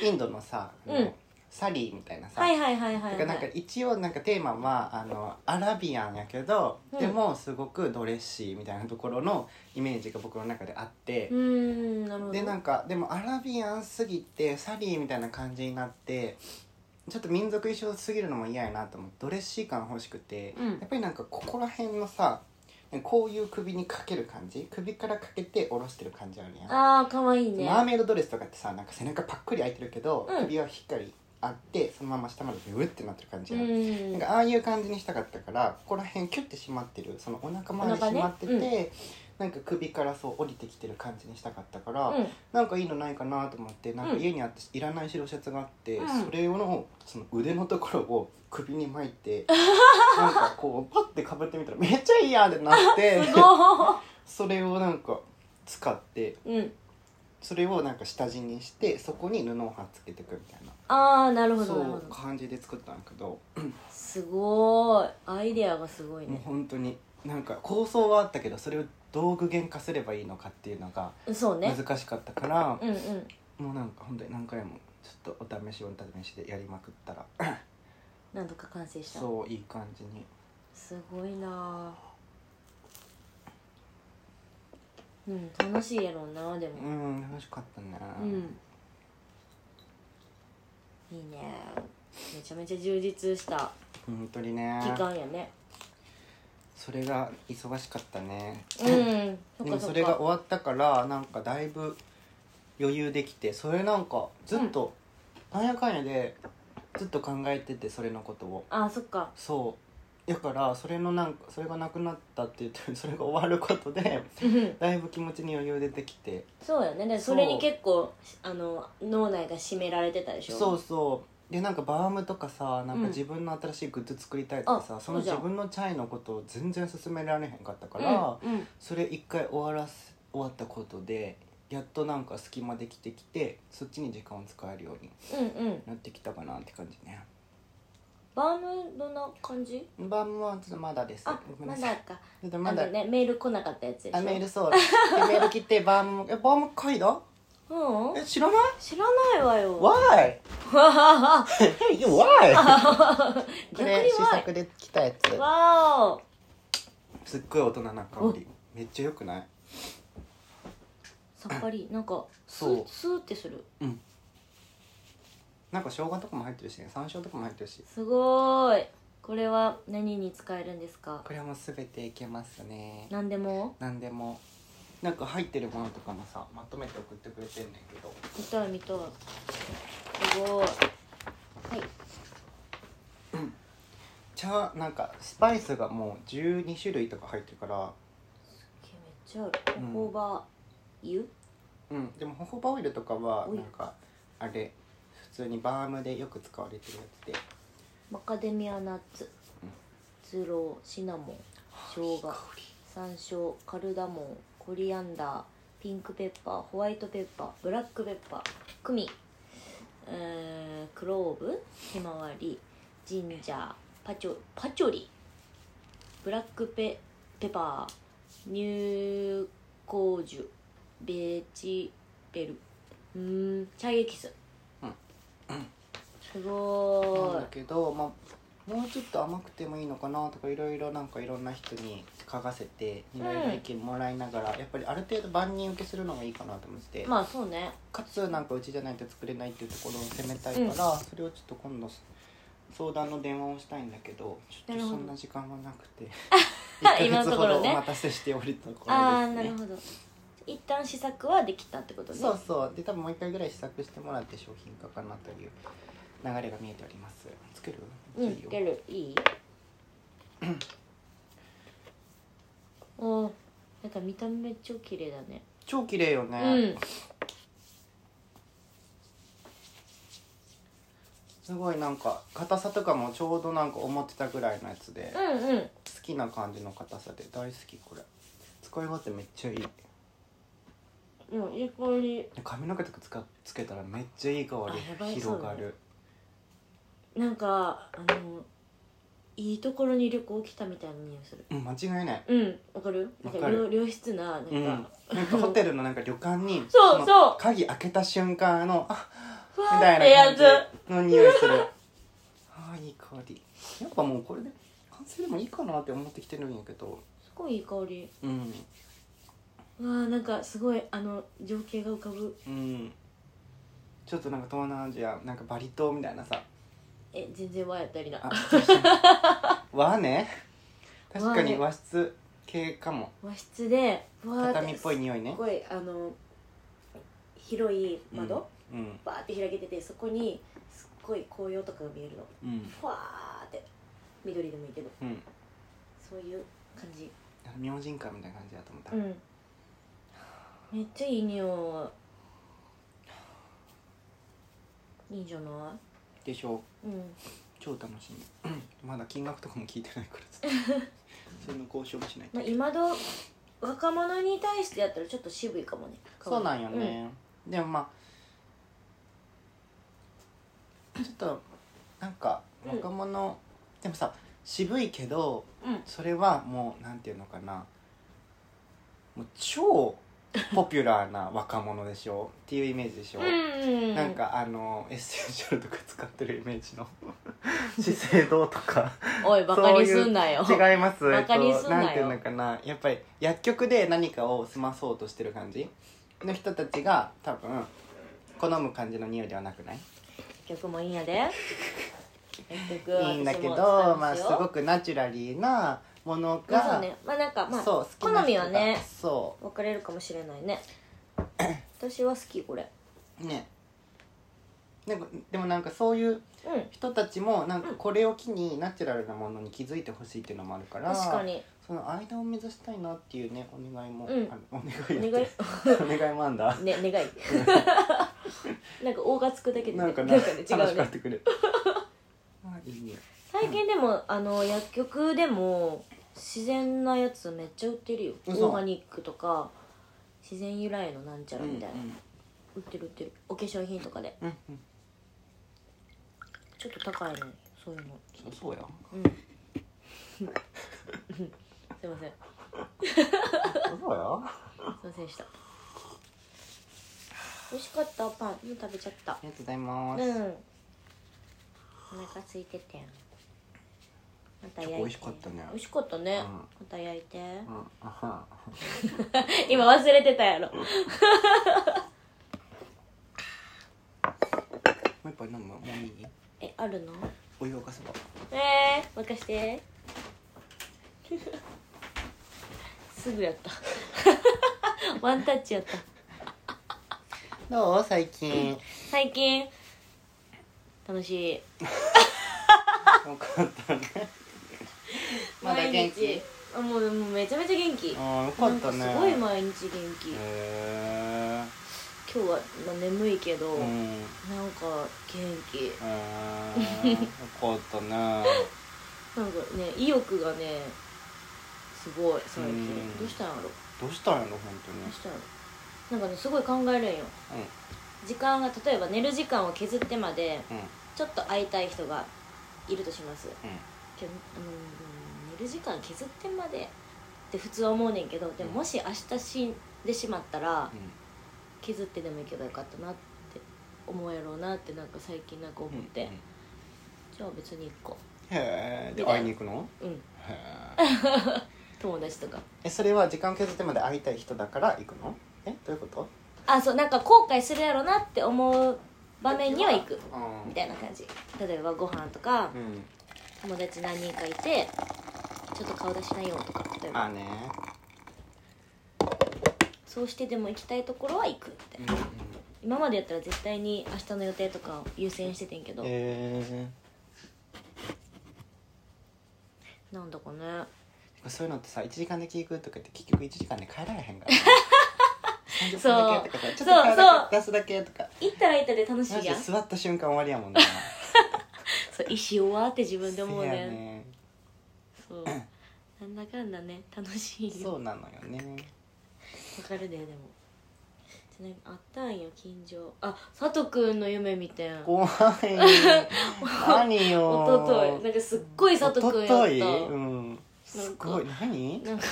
[SPEAKER 2] インドのさ、あの
[SPEAKER 1] うん
[SPEAKER 2] サリーみたいなさ、
[SPEAKER 1] はいはいはいは
[SPEAKER 2] だか
[SPEAKER 1] いはい
[SPEAKER 2] らなんか一応なんかテーマはあのアラビアンやけど、
[SPEAKER 1] うん
[SPEAKER 2] でもすごくドレッシーみたいなところのイメージが僕の中であって
[SPEAKER 1] う、ーんなるほど
[SPEAKER 2] でなんかでもアラビアンすぎてサリーみたいな感じになってちょっと民族衣装すぎるのも嫌やなと思ってドレッシー感欲しくて、
[SPEAKER 1] うん
[SPEAKER 2] やっぱりなんかここら辺のさこういう首にかける感じ首からかけて下ろしてる感じあるやん
[SPEAKER 1] ああかわいいね
[SPEAKER 2] マーメイドドレスとかってさなんか背中パックリ開いてるけど、
[SPEAKER 1] うん
[SPEAKER 2] 首はしっかりあってそのまま下までビューってなってる感じ
[SPEAKER 1] う
[SPEAKER 2] やん、なん
[SPEAKER 1] ん
[SPEAKER 2] かああいう感じにしたかったからここら辺キュッて締まってるそのお腹周り
[SPEAKER 1] お腹ね
[SPEAKER 2] 締まってて、
[SPEAKER 1] うん
[SPEAKER 2] なんか首からそう降りてきてる感じにしたかったから、
[SPEAKER 1] うん
[SPEAKER 2] なんかいいのないかなと思ってなんか
[SPEAKER 1] うん
[SPEAKER 2] 家にあっていらない白シャツがあって、
[SPEAKER 1] うん
[SPEAKER 2] それのその腕のところを首に巻いて
[SPEAKER 1] (laughs)
[SPEAKER 2] なんかこうパッてかぶってみたらめっちゃいい
[SPEAKER 1] (laughs)
[SPEAKER 2] やんってなって
[SPEAKER 1] すご
[SPEAKER 2] それをなんか使って
[SPEAKER 1] いうん
[SPEAKER 2] それをなんか下地にしてそこに布を貼っつけてくみたいな
[SPEAKER 1] ああなるほど
[SPEAKER 2] そ
[SPEAKER 1] なるほ
[SPEAKER 2] う
[SPEAKER 1] ど
[SPEAKER 2] 感じで作ったんだけど
[SPEAKER 1] すごーいアイデアがすごい
[SPEAKER 2] もう
[SPEAKER 1] ね
[SPEAKER 2] 本当になんか構想はあったけどそれを道具現化すればいいのかっていうのが
[SPEAKER 1] そうね
[SPEAKER 2] 難しかったから、
[SPEAKER 1] うんうん
[SPEAKER 2] もうなんか本当に何回もちょっとお試しお試しでやりまくったら
[SPEAKER 1] なんとか完成した
[SPEAKER 2] そういい感じに
[SPEAKER 1] すごいなーうん楽しいやろうなでも
[SPEAKER 2] うん楽しかったね
[SPEAKER 1] うんいいねめちゃめちゃ充実した
[SPEAKER 2] 本当にね
[SPEAKER 1] 期間やね
[SPEAKER 2] それが忙しかったね
[SPEAKER 1] うん
[SPEAKER 2] (laughs)
[SPEAKER 1] そっ
[SPEAKER 2] で
[SPEAKER 1] か
[SPEAKER 2] も
[SPEAKER 1] そ
[SPEAKER 2] そ
[SPEAKER 1] っ
[SPEAKER 2] れが
[SPEAKER 1] か
[SPEAKER 2] 終わったからなんかだいぶ余裕できてそれなんかずっと、なんやかんやでずっと考えててそれのことを
[SPEAKER 1] あそっ
[SPEAKER 2] (laughs)
[SPEAKER 1] か
[SPEAKER 2] そうだからそれのなんかそれがなくなったって言ってそれが終わることで
[SPEAKER 1] うん
[SPEAKER 2] だいぶ気持ちに余裕出てきて
[SPEAKER 1] そうやねで
[SPEAKER 2] そ
[SPEAKER 1] そうれに結構あの脳内が占められてたでしょ
[SPEAKER 2] そうそうでなんかバームとかさなん
[SPEAKER 1] うん
[SPEAKER 2] か自分の新しいグッズ作りたいとかさ、
[SPEAKER 1] あ
[SPEAKER 2] その
[SPEAKER 1] そうじゃん
[SPEAKER 2] 自分のチャイのことを全然勧められへんかったか
[SPEAKER 1] うん
[SPEAKER 2] ら、
[SPEAKER 1] うん
[SPEAKER 2] それ一回終わらす終わったことでやっとなんか隙間できてきてそっちに時間を使えるように
[SPEAKER 1] うんうん
[SPEAKER 2] なってきたかなって感じね
[SPEAKER 1] バームどんな感じ
[SPEAKER 2] バームはちょっとまだです
[SPEAKER 1] あ
[SPEAKER 2] ごめん
[SPEAKER 1] ま
[SPEAKER 2] なさ
[SPEAKER 1] だ
[SPEAKER 2] い
[SPEAKER 1] か
[SPEAKER 2] ちょっと
[SPEAKER 1] あ
[SPEAKER 2] まだ
[SPEAKER 1] のねメール来なかったやつでしょ
[SPEAKER 2] あメールそうでメール来てバーム
[SPEAKER 1] (laughs)
[SPEAKER 2] えバーム書いた
[SPEAKER 1] うん
[SPEAKER 2] え知らない
[SPEAKER 1] 知らないわよ
[SPEAKER 2] Why?
[SPEAKER 1] わ
[SPEAKER 2] (laughs) Hey, you why? (laughs) こ
[SPEAKER 1] (laughs) 逆に
[SPEAKER 2] れ試
[SPEAKER 1] わ
[SPEAKER 2] 作で来たや
[SPEAKER 1] いわ
[SPEAKER 2] つすっごい大人な香りめっちゃ良くない
[SPEAKER 1] おさっぱ
[SPEAKER 2] (clears throat)
[SPEAKER 1] りなんかス
[SPEAKER 2] そう
[SPEAKER 1] ースーってする
[SPEAKER 2] うんなんか生姜とかも入ってるしね山椒とかも入ってるし
[SPEAKER 1] すごーいこれは何に使えるんですか
[SPEAKER 2] これはもう全ていけますね
[SPEAKER 1] 何でも
[SPEAKER 2] なんでもなんか入ってるものとかもさまとめて送ってくれてんねんけど
[SPEAKER 1] 見たい見たいすごーいはい
[SPEAKER 2] 茶なんかスパイスがもう12種類とか入ってるから
[SPEAKER 1] めっちゃある
[SPEAKER 2] うん
[SPEAKER 1] ホホバ湯
[SPEAKER 2] うんでもホホバオイルとかは
[SPEAKER 1] おい
[SPEAKER 2] なんかあれ普通にバームでよく使われてるやつで
[SPEAKER 1] マカデミアナッツ
[SPEAKER 2] うん
[SPEAKER 1] ズローシナモン生姜
[SPEAKER 2] り
[SPEAKER 1] 山椒カルダモンコリアンダーピンクペッパーホワイトペッパーブラックペッパークミン、えークローブひまわりジンジャーパチョパチョリブラックペペパー乳紅樹ベチベルうーんチャイエキス、
[SPEAKER 2] うん
[SPEAKER 1] すご
[SPEAKER 2] な
[SPEAKER 1] ー
[SPEAKER 2] ん
[SPEAKER 1] い
[SPEAKER 2] だけど、まあ、もうちょっと甘くてもいいのかなとかいろいろなんかいろんな人に嗅がせていろいろ意見もらいながら、やっぱりある程度万人受けするのがいいかなと思ってて、
[SPEAKER 1] まあそうね
[SPEAKER 2] かつなんかうちじゃないと作れないっていうところを攻めたいから、それをちょっと今度相談の電話をしたいんだけどちょっと
[SPEAKER 1] なるほ
[SPEAKER 2] そ
[SPEAKER 1] ど
[SPEAKER 2] んな時間はなく
[SPEAKER 1] (laughs)
[SPEAKER 2] て
[SPEAKER 1] 今のところね
[SPEAKER 2] お待たせしておりとこ
[SPEAKER 1] ああ
[SPEAKER 2] ろ
[SPEAKER 1] な
[SPEAKER 2] で
[SPEAKER 1] る
[SPEAKER 2] すね
[SPEAKER 1] ほど一旦試作はできたってことね
[SPEAKER 2] そうそうで多分もう一回ぐらい試作してもらって商品化かなという流れが見えております作る
[SPEAKER 1] うん、
[SPEAKER 2] いいよ
[SPEAKER 1] 出るいいおーなんか見た目超綺麗だね
[SPEAKER 2] 超綺麗よね、
[SPEAKER 1] うん
[SPEAKER 2] すごいなんか硬さとかもちょうどなんか思ってたぐらいのやつで、好
[SPEAKER 1] うんうん
[SPEAKER 2] きな感じの硬さで大好きこれ使い勝手めっちゃいい
[SPEAKER 1] うんいい香り
[SPEAKER 2] 髪の毛とかつかつけたらめっちゃいい香
[SPEAKER 1] あやばい
[SPEAKER 2] り広がる、
[SPEAKER 1] なんかあのいいところに旅行来たみたいな匂いする
[SPEAKER 2] うん、間違いない
[SPEAKER 1] うんわかるなんか
[SPEAKER 2] わかる
[SPEAKER 1] 良良質ななんか、
[SPEAKER 2] うん、なんかホテルのなんか旅館に
[SPEAKER 1] そう
[SPEAKER 2] の
[SPEAKER 1] そう
[SPEAKER 2] 鍵開けた瞬間のあ
[SPEAKER 1] ふ
[SPEAKER 2] み
[SPEAKER 1] わーったて
[SPEAKER 2] い
[SPEAKER 1] や
[SPEAKER 2] な
[SPEAKER 1] つ
[SPEAKER 2] 感じの匂いするあーいい香りやっぱもうこれで完成でもいいかなって思ってきてるんやけど
[SPEAKER 1] すごいいい香り
[SPEAKER 2] うん
[SPEAKER 1] うわーなんかすごいあの情景が浮かぶ
[SPEAKER 2] うんちょっとなんか東南アジアなんかバリ島みたいなさ
[SPEAKER 1] え全然和やったりな
[SPEAKER 2] あ和ね確かに
[SPEAKER 1] 和
[SPEAKER 2] 和室系かも
[SPEAKER 1] 和室でふわーって
[SPEAKER 2] 畳っぽい匂い
[SPEAKER 1] す
[SPEAKER 2] ね
[SPEAKER 1] っごいあの広い窓、
[SPEAKER 2] うん
[SPEAKER 1] バーって開けててそこにすっごい紅葉とかが見えるの
[SPEAKER 2] うん
[SPEAKER 1] ふわーって緑でもいいけど
[SPEAKER 2] うん
[SPEAKER 1] そういう感じ
[SPEAKER 2] 明神館みたいな感じだと思った、
[SPEAKER 1] うんめっちゃいい匂いいいんじゃな
[SPEAKER 2] でしょ
[SPEAKER 1] いうん
[SPEAKER 2] 超楽しみ (clears throat) まだ金額とかも聞いてないから
[SPEAKER 1] (laughs)
[SPEAKER 2] それの交渉もしないと
[SPEAKER 1] まあ今ど若者に対してやったらちょっと渋いかもね
[SPEAKER 2] そうなんよね、でもまあちょっとなんか
[SPEAKER 1] うん
[SPEAKER 2] 若者、でもさ渋いけど
[SPEAKER 1] うん
[SPEAKER 2] それはもうなんていうのかなもう超ポピュラーな若者でし
[SPEAKER 1] (laughs)
[SPEAKER 2] ょっていうイメージでしょ、
[SPEAKER 1] うん
[SPEAKER 2] なんかあのエッセンシャルとか使ってるイメージの (laughs) 資生堂と
[SPEAKER 1] (laughs)
[SPEAKER 2] か
[SPEAKER 1] おいバカにすんなよ
[SPEAKER 2] 違います
[SPEAKER 1] バカに
[SPEAKER 2] えっ
[SPEAKER 1] す
[SPEAKER 2] と
[SPEAKER 1] んなよ
[SPEAKER 2] なんていうのかなやっぱり薬局で何かを済まそうとしてる感じの人たちが多分好む感じの匂いではなくない
[SPEAKER 1] 曲もいいんやで結局
[SPEAKER 2] いいんだけど
[SPEAKER 1] 私も使うん
[SPEAKER 2] まあ
[SPEAKER 1] ですすよ
[SPEAKER 2] ごくナチュラリーなもの
[SPEAKER 1] まあそ
[SPEAKER 2] が
[SPEAKER 1] うねまあなんかまあ
[SPEAKER 2] そう好きな人が
[SPEAKER 1] 好みはね
[SPEAKER 2] そ
[SPEAKER 1] 分かれるかもしれない
[SPEAKER 2] (coughs)
[SPEAKER 1] ね私は好きこれ
[SPEAKER 2] うねでもでもなんかそういう
[SPEAKER 1] うん
[SPEAKER 2] 人たちもなんかこれを機にナチュラルなものに気づいてほしいっていうのもあるから
[SPEAKER 1] 確かに
[SPEAKER 2] その間を目指したいなっていうねお願いも、
[SPEAKER 1] うん
[SPEAKER 2] あお願いやっ
[SPEAKER 1] お
[SPEAKER 2] て
[SPEAKER 1] 願い
[SPEAKER 2] お
[SPEAKER 1] (laughs)
[SPEAKER 2] 願いもあんだ
[SPEAKER 1] ね願い (laughs) なんか大がつくだけでね
[SPEAKER 2] なんか
[SPEAKER 1] な
[SPEAKER 2] ね
[SPEAKER 1] んかね違
[SPEAKER 2] 話
[SPEAKER 1] う
[SPEAKER 2] しか
[SPEAKER 1] ね
[SPEAKER 2] ってくるあいいね
[SPEAKER 1] 最近でもあの薬局でも自然なやつめっちゃ売ってるよオ
[SPEAKER 2] 嘘
[SPEAKER 1] ーガニックとか自然由来のなんちゃらみたいな、売ってる売ってるお化粧品とかで
[SPEAKER 2] うんうん
[SPEAKER 1] ちょっと高いのそういうの
[SPEAKER 2] そそうや
[SPEAKER 1] うん (laughs) すいま
[SPEAKER 2] そ
[SPEAKER 1] せん
[SPEAKER 2] うや
[SPEAKER 1] すいませんでした美味しかったパンもう食べちゃった
[SPEAKER 2] ありがとうございま
[SPEAKER 1] うん
[SPEAKER 2] す、
[SPEAKER 1] お腹空いててんまた焼いて
[SPEAKER 2] 美味しかったね
[SPEAKER 1] 美味しかったね、
[SPEAKER 2] うん
[SPEAKER 1] また焼いて、
[SPEAKER 2] うんあは
[SPEAKER 1] 今忘れてたやろ
[SPEAKER 2] もう一杯飲むもういい
[SPEAKER 1] えあるの
[SPEAKER 2] お湯沸かせば
[SPEAKER 1] えー、任して (laughs) すぐやった (laughs) ワンタッチやった
[SPEAKER 2] どう最近
[SPEAKER 1] 最近楽しい
[SPEAKER 2] よかったねまだ元気
[SPEAKER 1] (laughs) 毎日あもうもうめちゃめちゃ元気
[SPEAKER 2] ああよかったね
[SPEAKER 1] なんかすごい
[SPEAKER 2] へ
[SPEAKER 1] 毎日元気、今
[SPEAKER 2] え
[SPEAKER 1] 日は、まあ、眠いけど、
[SPEAKER 2] うん
[SPEAKER 1] なん
[SPEAKER 2] うん
[SPEAKER 1] か元気
[SPEAKER 2] よかったね
[SPEAKER 1] なんかね意欲がねすごい最
[SPEAKER 2] う
[SPEAKER 1] 近
[SPEAKER 2] ん
[SPEAKER 1] どうしたんやろど
[SPEAKER 2] どうしたんやろ本当に
[SPEAKER 1] うしたんやろなんかねすごい考えるんよ時間が例えば寝る時間を削ってまで
[SPEAKER 2] うんうん
[SPEAKER 1] ちょっと会いたい人がいるとします
[SPEAKER 2] うん
[SPEAKER 1] けどうん寝る時間削ってまでって普通は思うねんけどでももし明日死んでしまったら
[SPEAKER 2] うん
[SPEAKER 1] 削ってでも行けばよかったなって思うやろうなってなんか最近なんか思って、
[SPEAKER 2] うんうん
[SPEAKER 1] じゃあ別に行こ
[SPEAKER 2] へえで
[SPEAKER 1] みたいな
[SPEAKER 2] 会いに行くの
[SPEAKER 1] ううん
[SPEAKER 2] へえ
[SPEAKER 1] 友達とか
[SPEAKER 2] えそれは時間を削ってまで会いたい人だから行くのえどういうこと
[SPEAKER 1] あそうなんか後悔するやろなって思う場面には行くみたいな感じ例えばご飯とか
[SPEAKER 2] うん、うん、
[SPEAKER 1] 友達何人かいてちょっと顔出しないようとか例え
[SPEAKER 2] あ
[SPEAKER 1] ば
[SPEAKER 2] ーね
[SPEAKER 1] そうしてでも行きたいところは行くって、
[SPEAKER 2] うんうん
[SPEAKER 1] 今までやったら絶対に明日の予定とかを優先しててんけど、
[SPEAKER 2] え
[SPEAKER 1] なんだかね
[SPEAKER 2] ー、そういうのってさ1時間で聞くとかって結局1時間で帰られへんから
[SPEAKER 1] (laughs)
[SPEAKER 2] 30
[SPEAKER 1] そう
[SPEAKER 2] 分だけとかさちょっと帰ら
[SPEAKER 1] そう
[SPEAKER 2] 出すだけとか
[SPEAKER 1] 行ったら行ったで楽し
[SPEAKER 2] マ
[SPEAKER 1] い
[SPEAKER 2] ジ
[SPEAKER 1] や
[SPEAKER 2] で
[SPEAKER 1] んそ
[SPEAKER 2] 座った瞬間終わりやもんな
[SPEAKER 1] う石弱って自分 (laughs) で思うね
[SPEAKER 2] せやね
[SPEAKER 1] そうなんだかんだね楽しいよ
[SPEAKER 2] そうなのよ
[SPEAKER 1] (laughs)
[SPEAKER 2] ね
[SPEAKER 1] わかるねでもじゃなんかあったんよ近所あ佐藤くんの夢見てん
[SPEAKER 2] 怖い何よ
[SPEAKER 1] おとといなんかすっごい佐藤くんやった
[SPEAKER 2] おとというんすごい何
[SPEAKER 1] (laughs) なんか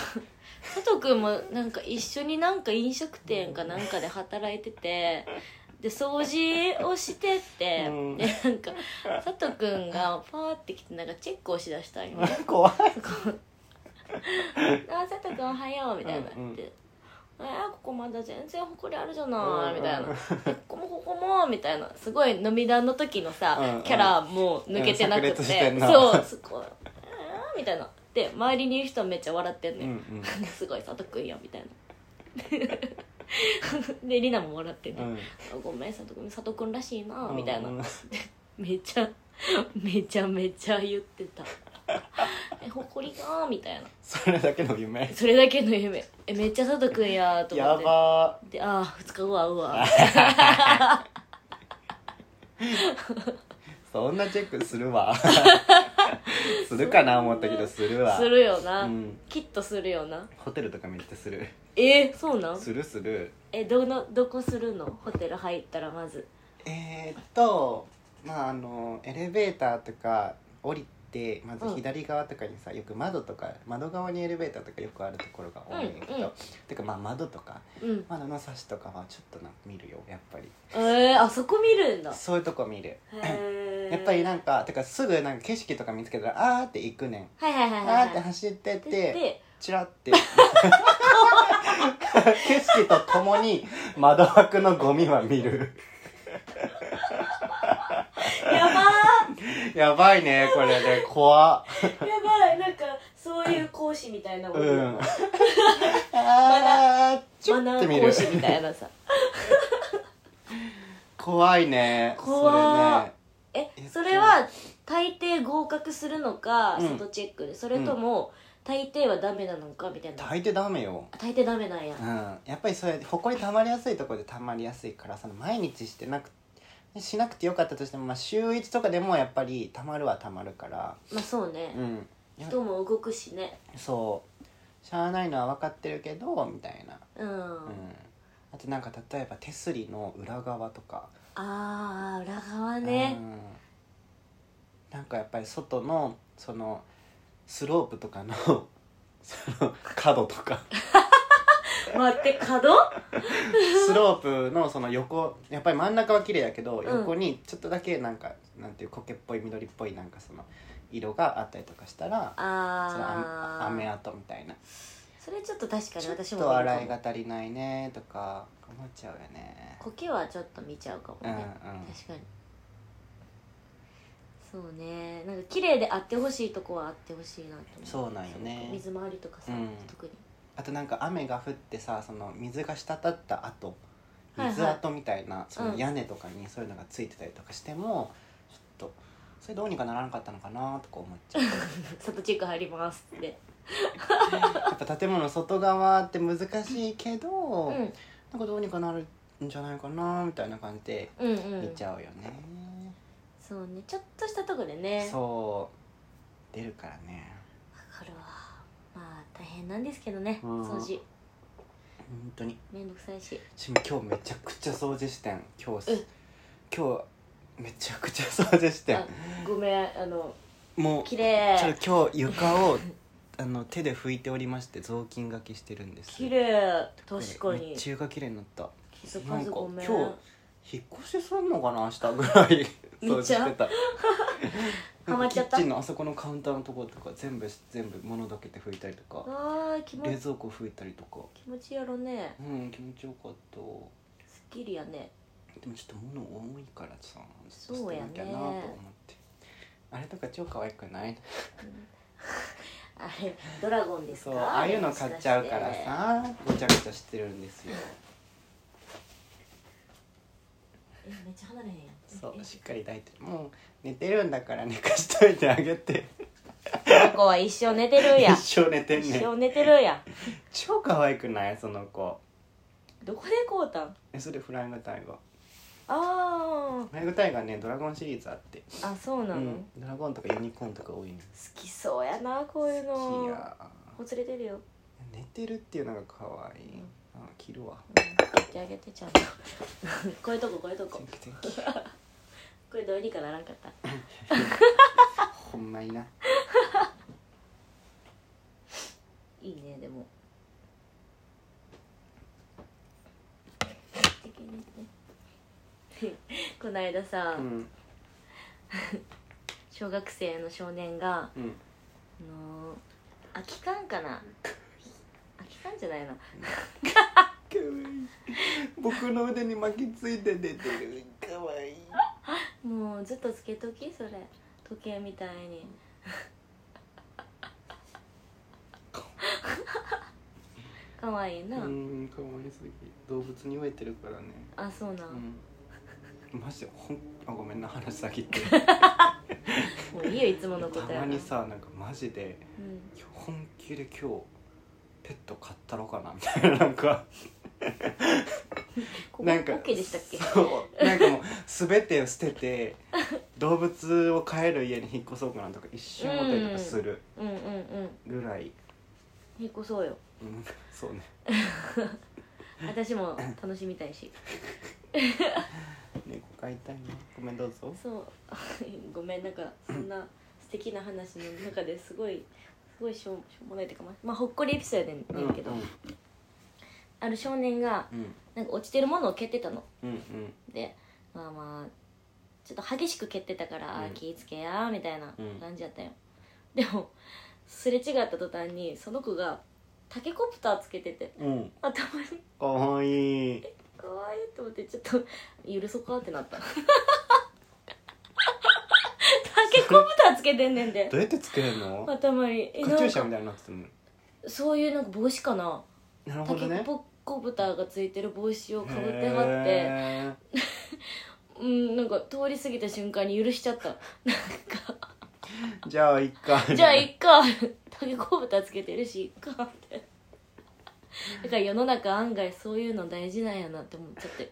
[SPEAKER 1] 佐藤くんもなんか一緒になんか飲食店かなんかで働いててで掃除をしてって、
[SPEAKER 2] うん
[SPEAKER 1] でなんか佐藤くんがパーって来てなんかチェックをしだしたん
[SPEAKER 2] (laughs)
[SPEAKER 1] よ
[SPEAKER 2] 怖い
[SPEAKER 1] あ佐藤君おはようみたいなって、
[SPEAKER 2] うんうん
[SPEAKER 1] えーここまだ全然ほこりあるじゃない
[SPEAKER 2] うん
[SPEAKER 1] みたいな、えここもここもみたいなすごい飲み談の時のさ、
[SPEAKER 2] うんうん
[SPEAKER 1] キャラもう抜けてなく
[SPEAKER 2] うん炸
[SPEAKER 1] て,、
[SPEAKER 2] 裂してんな
[SPEAKER 1] そうすごいえーみたいなで周りにいる人めっちゃ笑ってん
[SPEAKER 2] う
[SPEAKER 1] の
[SPEAKER 2] んう
[SPEAKER 1] よ、
[SPEAKER 2] ん
[SPEAKER 1] すごい佐藤君やみたいな (laughs) でりなも笑ってん
[SPEAKER 2] う
[SPEAKER 1] のよ、
[SPEAKER 2] ん
[SPEAKER 1] ごめん佐藤君佐藤君らしいなみたいな、
[SPEAKER 2] うんうん
[SPEAKER 1] めちゃめちゃめちゃ言ってたえほこりがみたいな
[SPEAKER 2] それだけの夢
[SPEAKER 1] それだけの夢えめっちゃ佐藤君やーと思
[SPEAKER 2] や
[SPEAKER 1] って
[SPEAKER 2] ば
[SPEAKER 1] でああ2日後はうわ
[SPEAKER 2] (laughs)
[SPEAKER 1] (laughs)
[SPEAKER 2] ーそんなチェックするわするかな思ったけどするわ
[SPEAKER 1] するよな、
[SPEAKER 2] うん、
[SPEAKER 1] きっとするよな
[SPEAKER 2] ホテルとかめっちゃする
[SPEAKER 1] えー、そうなん
[SPEAKER 2] するする
[SPEAKER 1] えどのどこするのホテル入ったらまず
[SPEAKER 2] えー、っとまああのエレベーターとか降りてまず
[SPEAKER 1] うん
[SPEAKER 2] 左側とかにさ、よく窓とか窓側にエレベーターとかよくあるところが多いんだけど、
[SPEAKER 1] うんうん
[SPEAKER 2] てかまあ窓とか
[SPEAKER 1] うん
[SPEAKER 2] 窓のサしとかはちょっとな見るよやっぱり
[SPEAKER 1] えー、あそこ見るんだ
[SPEAKER 2] そういうとこ見る
[SPEAKER 1] へー
[SPEAKER 2] やっぱりなんかてかすぐなんか景色とか見つけたらあーって行くねん
[SPEAKER 1] はいはいはい
[SPEAKER 2] あ
[SPEAKER 1] はい
[SPEAKER 2] ーって走ってっ
[SPEAKER 1] で
[SPEAKER 2] て
[SPEAKER 1] で
[SPEAKER 2] チラって景色とともに窓枠のゴミは見る
[SPEAKER 1] やば
[SPEAKER 2] やばいねこれね怖っ
[SPEAKER 1] ーやばいなんかそういう講師みたいなもん、
[SPEAKER 2] うんあーちょ
[SPEAKER 1] マナ
[SPEAKER 2] っと見
[SPEAKER 1] ー
[SPEAKER 2] る
[SPEAKER 1] 講師みたいなさ
[SPEAKER 2] 怖いね
[SPEAKER 1] 怖っ
[SPEAKER 2] それねえ
[SPEAKER 1] え
[SPEAKER 2] っと
[SPEAKER 1] それは大抵合格するのか
[SPEAKER 2] うん
[SPEAKER 1] 外チェックで、それとも大抵はダメなのかみたいな
[SPEAKER 2] 大抵ダメよ
[SPEAKER 1] 大抵ダメなんや
[SPEAKER 2] うん、やっぱりそうやって埃たまりやすいところでたまりやすいからその毎日してなくしなくてよかったとしても、まあ、週1とかでもやっぱりたまるはたまるから
[SPEAKER 1] まあそうね
[SPEAKER 2] う、んや
[SPEAKER 1] 人も動くしね
[SPEAKER 2] そうしゃあないのは分かってるけどみたいな、
[SPEAKER 1] うん、
[SPEAKER 2] うん、あとなんか例えば手すりの裏側とか
[SPEAKER 1] あー裏側ね
[SPEAKER 2] うん、なんかやっぱり外のそのスロープとかの (laughs) その角と
[SPEAKER 1] (laughs)
[SPEAKER 2] か
[SPEAKER 1] 待って角
[SPEAKER 2] スロープのその横やっぱり真ん中は綺麗だけど
[SPEAKER 1] ん
[SPEAKER 2] 横にちょっとだけなんか、なんていう苔っぽい緑っぽいなんかその色があったりとかしたらその
[SPEAKER 1] あ
[SPEAKER 2] あ
[SPEAKER 1] ー
[SPEAKER 2] 雨跡みたいな
[SPEAKER 1] それちょっと確かに
[SPEAKER 2] ちょっ
[SPEAKER 1] 私も
[SPEAKER 2] と
[SPEAKER 1] 見るか
[SPEAKER 2] 洗
[SPEAKER 1] も
[SPEAKER 2] いが足りないねとか思っちゃうよね
[SPEAKER 1] 苔はちょっと見ちゃうかも
[SPEAKER 2] うんうん
[SPEAKER 1] ね、確かにそうねなんか綺麗であってほしいとこはあってほしいなと思
[SPEAKER 2] そうなんよね
[SPEAKER 1] 水回りとか
[SPEAKER 2] う
[SPEAKER 1] さ、
[SPEAKER 2] ん
[SPEAKER 1] 特に (laughs)
[SPEAKER 2] あとなんか雨が降ってさその水が滴った後
[SPEAKER 1] はいはい
[SPEAKER 2] 水跡みたいな、その
[SPEAKER 1] うん
[SPEAKER 2] 屋根とかにそういうのがついてたりとかしても、ちょっとそれどうにかならなかったのかなとか思っ
[SPEAKER 1] (laughs)
[SPEAKER 2] ちゃう
[SPEAKER 1] 里地区入りますって
[SPEAKER 2] やっぱ建物の外側って難しいけど、
[SPEAKER 1] うん
[SPEAKER 2] なんかどうにかなるんじゃないかなみたいな感じで
[SPEAKER 1] うんう
[SPEAKER 2] 見
[SPEAKER 1] ん
[SPEAKER 2] ちゃうよね、
[SPEAKER 1] そうねちょっとしたとこでねわ
[SPEAKER 2] そう出るからね
[SPEAKER 1] かるわまあ大変なんですけどね、
[SPEAKER 2] うん
[SPEAKER 1] 掃除
[SPEAKER 2] 本当に
[SPEAKER 1] めんどくさ
[SPEAKER 2] (laughs)
[SPEAKER 1] いし
[SPEAKER 2] ちなみに今日めちゃくちゃ掃除してん今日す
[SPEAKER 1] うん
[SPEAKER 2] 今日めちゃくちゃ掃除してん
[SPEAKER 1] あごめんあの
[SPEAKER 2] もう
[SPEAKER 1] 綺麗
[SPEAKER 2] ちょっと今日床をあの手で拭いておりまして雑巾がけしてるんです
[SPEAKER 1] 綺麗
[SPEAKER 2] これ
[SPEAKER 1] 確か
[SPEAKER 2] め
[SPEAKER 1] に
[SPEAKER 2] っちゃ床綺麗になった
[SPEAKER 1] 気づかずごめん
[SPEAKER 2] なんか引っ越しするのかな明日ぐらい
[SPEAKER 1] めっちゃ
[SPEAKER 2] 掃除してた
[SPEAKER 1] ハマっちゃっ
[SPEAKER 2] キッ
[SPEAKER 1] た
[SPEAKER 2] チンのあそこのカウンターのところとか全部全部物だけて拭いたりとか
[SPEAKER 1] あー気持
[SPEAKER 2] 冷
[SPEAKER 1] ち
[SPEAKER 2] 蔵庫拭いたりとか
[SPEAKER 1] 気持ちやろね
[SPEAKER 2] うん気持ちよかったで
[SPEAKER 1] スッキリやね
[SPEAKER 2] もちょっと物多いからさちょっと
[SPEAKER 1] そうや
[SPEAKER 2] 捨
[SPEAKER 1] ね
[SPEAKER 2] てなきゃなと思って、あれとか超可愛くない
[SPEAKER 1] あれドラゴンです
[SPEAKER 2] そ
[SPEAKER 1] か
[SPEAKER 2] うああいうの買っちゃうからさごちゃごちゃしてるんですよ
[SPEAKER 1] えめっちゃ離れへんやん
[SPEAKER 2] そう
[SPEAKER 1] え
[SPEAKER 2] しっかり抱いてるもう寝てるんだから寝かしといてあげて
[SPEAKER 1] ここは一生寝てるんや
[SPEAKER 2] 一生寝てん
[SPEAKER 1] 一
[SPEAKER 2] ねん
[SPEAKER 1] 生寝てるんや
[SPEAKER 2] 超可愛くないその子
[SPEAKER 1] どこでこうたん
[SPEAKER 2] えそれフライングタイガー
[SPEAKER 1] あ
[SPEAKER 2] フライングタイガーねドラゴンシリーズあって、
[SPEAKER 1] ーあそう
[SPEAKER 2] う
[SPEAKER 1] なの、好
[SPEAKER 2] ん、ドラゴンとかユニコーンとか多いの
[SPEAKER 1] きそうやなこういうの
[SPEAKER 2] 好き
[SPEAKER 1] も
[SPEAKER 2] や
[SPEAKER 1] う連れてるよ、
[SPEAKER 2] 寝てるっていうのが可愛いあ着るわ
[SPEAKER 1] うん、やってあげてちゃんと (laughs) こういうとここういうとこ
[SPEAKER 2] 天気天気
[SPEAKER 1] これどうにかならんかった
[SPEAKER 2] ほんまにない
[SPEAKER 1] いねでも素敵ですねこの間さ、
[SPEAKER 2] うん
[SPEAKER 1] 小学生の少年が
[SPEAKER 2] うん
[SPEAKER 1] あのー空き缶かな空き缶じゃないな
[SPEAKER 2] 可愛い僕の腕に巻きついて出てる可愛い
[SPEAKER 1] もうずっとつけときそれ時計みたい
[SPEAKER 2] (laughs)
[SPEAKER 1] にかわいいうな、
[SPEAKER 2] ん可愛すぎ動物に飢えてるからね
[SPEAKER 1] あそうなん、
[SPEAKER 2] うん (laughs) マジでほんあごめんな話先って
[SPEAKER 1] (laughs) もういいよいつものこ
[SPEAKER 2] た
[SPEAKER 1] とや
[SPEAKER 2] ま
[SPEAKER 1] な
[SPEAKER 2] にさなんかマジで
[SPEAKER 1] うん、
[SPEAKER 2] 本気で今日ペット飼ったろかなみたいななんか
[SPEAKER 1] ここ
[SPEAKER 2] なんか
[SPEAKER 1] OK でしたっけ (laughs)
[SPEAKER 2] そうなんかもう全てを捨てて動物を飼える家に引っ越そうかなとか一瞬思ったりとかする
[SPEAKER 1] うんうんうん
[SPEAKER 2] ぐらい、
[SPEAKER 1] 引っ越そうよ
[SPEAKER 2] うん、そうね
[SPEAKER 1] 私も楽しみたいし
[SPEAKER 2] 猫飼いたいなごめんどうぞ
[SPEAKER 1] そう (laughs) ごめんなんかそんな素敵な話の中ですごいすごいしょうしょうもないというかまあまあほっこりエピソードやねんねんけど、
[SPEAKER 2] うんうん
[SPEAKER 1] ある少年が
[SPEAKER 2] うん
[SPEAKER 1] なんか落ちてるものを蹴ってたの
[SPEAKER 2] うん
[SPEAKER 1] でまあまあちょっと激しく蹴ってたから、
[SPEAKER 2] うん
[SPEAKER 1] 気ぃつけやみたいな
[SPEAKER 2] うん
[SPEAKER 1] 感じやったよ、でもすれ違った途端にその子がタケコプターつけてて
[SPEAKER 2] うんうん
[SPEAKER 1] 頭に
[SPEAKER 2] かわいい
[SPEAKER 1] かわいいと思ってちょっと許そうかってなっ
[SPEAKER 2] (laughs)
[SPEAKER 1] たタケコプターつけてんねんで
[SPEAKER 2] どうやってつけるの
[SPEAKER 1] 頭にえ
[SPEAKER 2] カチューシ
[SPEAKER 1] な
[SPEAKER 2] ャ
[SPEAKER 1] ん
[SPEAKER 2] みた
[SPEAKER 1] か
[SPEAKER 2] いになってたの
[SPEAKER 1] そういうなんか帽子かな
[SPEAKER 2] なる
[SPEAKER 1] タ
[SPEAKER 2] ほど
[SPEAKER 1] ケ
[SPEAKER 2] ね
[SPEAKER 1] コプターがついてる帽子をかぶってはって
[SPEAKER 2] へ
[SPEAKER 1] うんなんか通り過ぎた瞬間に許しちゃった
[SPEAKER 2] ーじゃあいっか
[SPEAKER 1] じゃあいっか
[SPEAKER 2] (laughs)
[SPEAKER 1] タケコプターつけてるしいっかってだから世の中案外そういうの大事なんやなって思っちゃって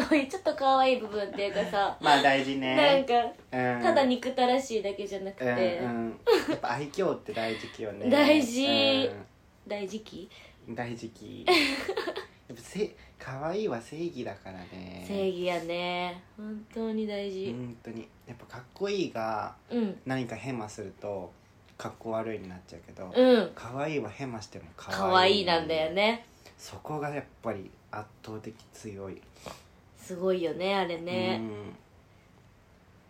[SPEAKER 2] (laughs)
[SPEAKER 1] そういうちょっと可愛い部分っていうかさ
[SPEAKER 2] まあ大事
[SPEAKER 1] なん
[SPEAKER 2] ね
[SPEAKER 1] か
[SPEAKER 2] うん
[SPEAKER 1] ただ憎たらしいだけじゃなく
[SPEAKER 2] うんうん
[SPEAKER 1] て、
[SPEAKER 2] やっぱ愛嬌って大事きよね
[SPEAKER 1] 大事
[SPEAKER 2] うん
[SPEAKER 1] 大事記、
[SPEAKER 2] 大事きやっぱせ可愛いは正義だからね
[SPEAKER 1] 正義やね本当に大事
[SPEAKER 2] 本当にやっぱかっこいいが
[SPEAKER 1] うん
[SPEAKER 2] 何かヘマするとかっこ悪いになっちゃうけど、
[SPEAKER 1] うん
[SPEAKER 2] 可愛いはヘマしても可愛い
[SPEAKER 1] 可愛いなんだよね
[SPEAKER 2] そこがやっぱり圧倒的強い
[SPEAKER 1] すごいよねあれね、
[SPEAKER 2] う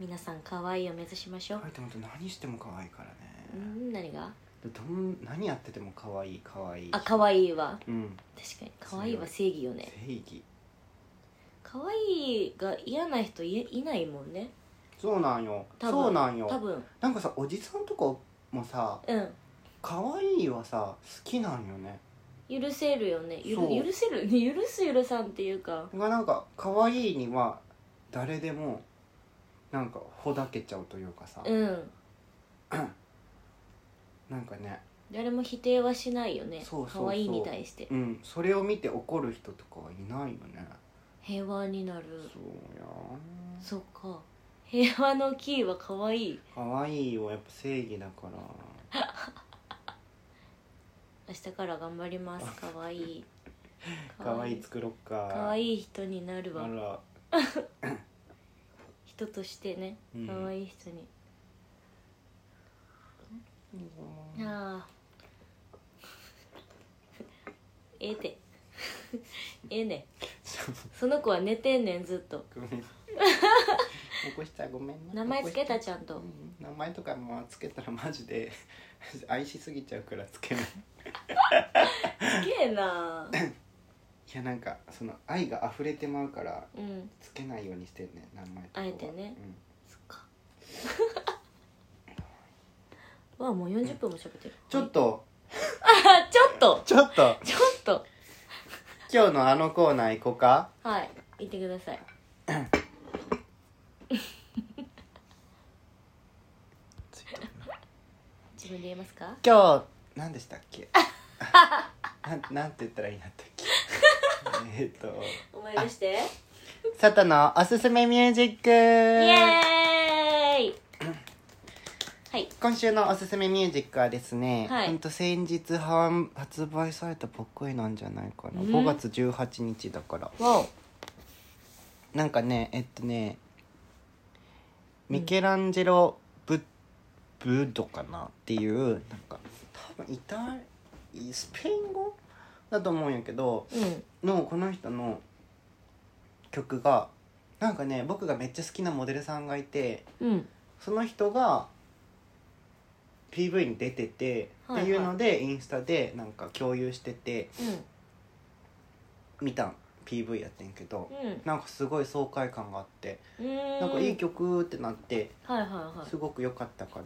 [SPEAKER 2] ん
[SPEAKER 1] 皆さん可愛いを目指しましょう
[SPEAKER 2] 可愛いと思うと何しても可愛いからね、
[SPEAKER 1] うん何が
[SPEAKER 2] どん何やってても可愛い可愛い
[SPEAKER 1] あ可愛いは
[SPEAKER 2] うん
[SPEAKER 1] 確かに可愛いは正義よね
[SPEAKER 2] 正義
[SPEAKER 1] 可愛いが嫌な人いいないもんね
[SPEAKER 2] そうなんよ
[SPEAKER 1] 多分
[SPEAKER 2] そうなん
[SPEAKER 1] 多
[SPEAKER 2] よ
[SPEAKER 1] 分
[SPEAKER 2] なんかさおじさんとかもさ
[SPEAKER 1] う
[SPEAKER 2] 可愛いはさ好きなんよね
[SPEAKER 1] ん許せるよねゆる
[SPEAKER 2] そう
[SPEAKER 1] 許せる (laughs) 許す許さんっていうか
[SPEAKER 2] がなんか可愛いには誰でもなんかほだけちゃうというかさ、
[SPEAKER 1] うん
[SPEAKER 2] なんかね
[SPEAKER 1] 誰も否定はしないよね
[SPEAKER 2] そうそうそう
[SPEAKER 1] 可愛いに対して
[SPEAKER 2] うんそれを見て怒る人とかはいないよね
[SPEAKER 1] 平和になる
[SPEAKER 2] そうや
[SPEAKER 1] そっか平和のキーは可愛い
[SPEAKER 2] 可愛いはやっぱ正義だから
[SPEAKER 1] 明日から頑張ります可愛い
[SPEAKER 2] (laughs) 可愛い作ろっか
[SPEAKER 1] 可愛い人になるわ
[SPEAKER 2] あら
[SPEAKER 1] 人としてね
[SPEAKER 2] うん
[SPEAKER 1] 可愛い人に、
[SPEAKER 2] (laughs)
[SPEAKER 1] ああ (laughs) ええて (laughs) ええねんその子は寝てんねんずっと
[SPEAKER 2] ごめん起こしたらごめんな
[SPEAKER 1] 名前つけ
[SPEAKER 2] 起
[SPEAKER 1] た
[SPEAKER 2] こし
[SPEAKER 1] ちゃんと
[SPEAKER 2] うん名前とかもつけたらマジで (laughs) 愛しすぎちゃうからつけない
[SPEAKER 1] すげ
[SPEAKER 2] (laughs)
[SPEAKER 1] えない
[SPEAKER 2] やなんかその愛が溢れてまうから
[SPEAKER 1] うん
[SPEAKER 2] つけないようにしてんね名前とかは
[SPEAKER 1] あえてねそっか (laughs) わあもう40分も喋ってる
[SPEAKER 2] ちょっと
[SPEAKER 1] あちょっと
[SPEAKER 2] ちょっと
[SPEAKER 1] ちょっと
[SPEAKER 2] 今日のあのコーナー行こうか
[SPEAKER 1] はい言ってください自分で言えますか
[SPEAKER 2] 今日何でしたっ
[SPEAKER 1] (laughs)
[SPEAKER 2] けなんなんて言ったらいいんだったっけえっと
[SPEAKER 1] 思い出してイ
[SPEAKER 2] 佐藤のおすすめミュージックイエ
[SPEAKER 1] エーイはい
[SPEAKER 2] 今週のおすすめミュージックはですね、
[SPEAKER 1] はい
[SPEAKER 2] ほんと先日販発売されたばっかりなんじゃないかな、
[SPEAKER 1] うん
[SPEAKER 2] 5月18日だから
[SPEAKER 1] わお
[SPEAKER 2] なんかねえっとねミケランジェロ・ブッブッドかなっていうなんか多分イタリスペイン語だと思うんやけど
[SPEAKER 1] うん
[SPEAKER 2] のこの人の曲がなんかね僕がめっちゃ好きなモデルさんがいて
[SPEAKER 1] うん
[SPEAKER 2] その人が PV に出てて、
[SPEAKER 1] はいはい
[SPEAKER 2] っていうのでインスタでなんか共有してて見た PV やってんけど、
[SPEAKER 1] うん
[SPEAKER 2] なんかすごい爽快感があって、
[SPEAKER 1] うん
[SPEAKER 2] なんかいい曲ってなって
[SPEAKER 1] はいはいは
[SPEAKER 2] すごく良かったか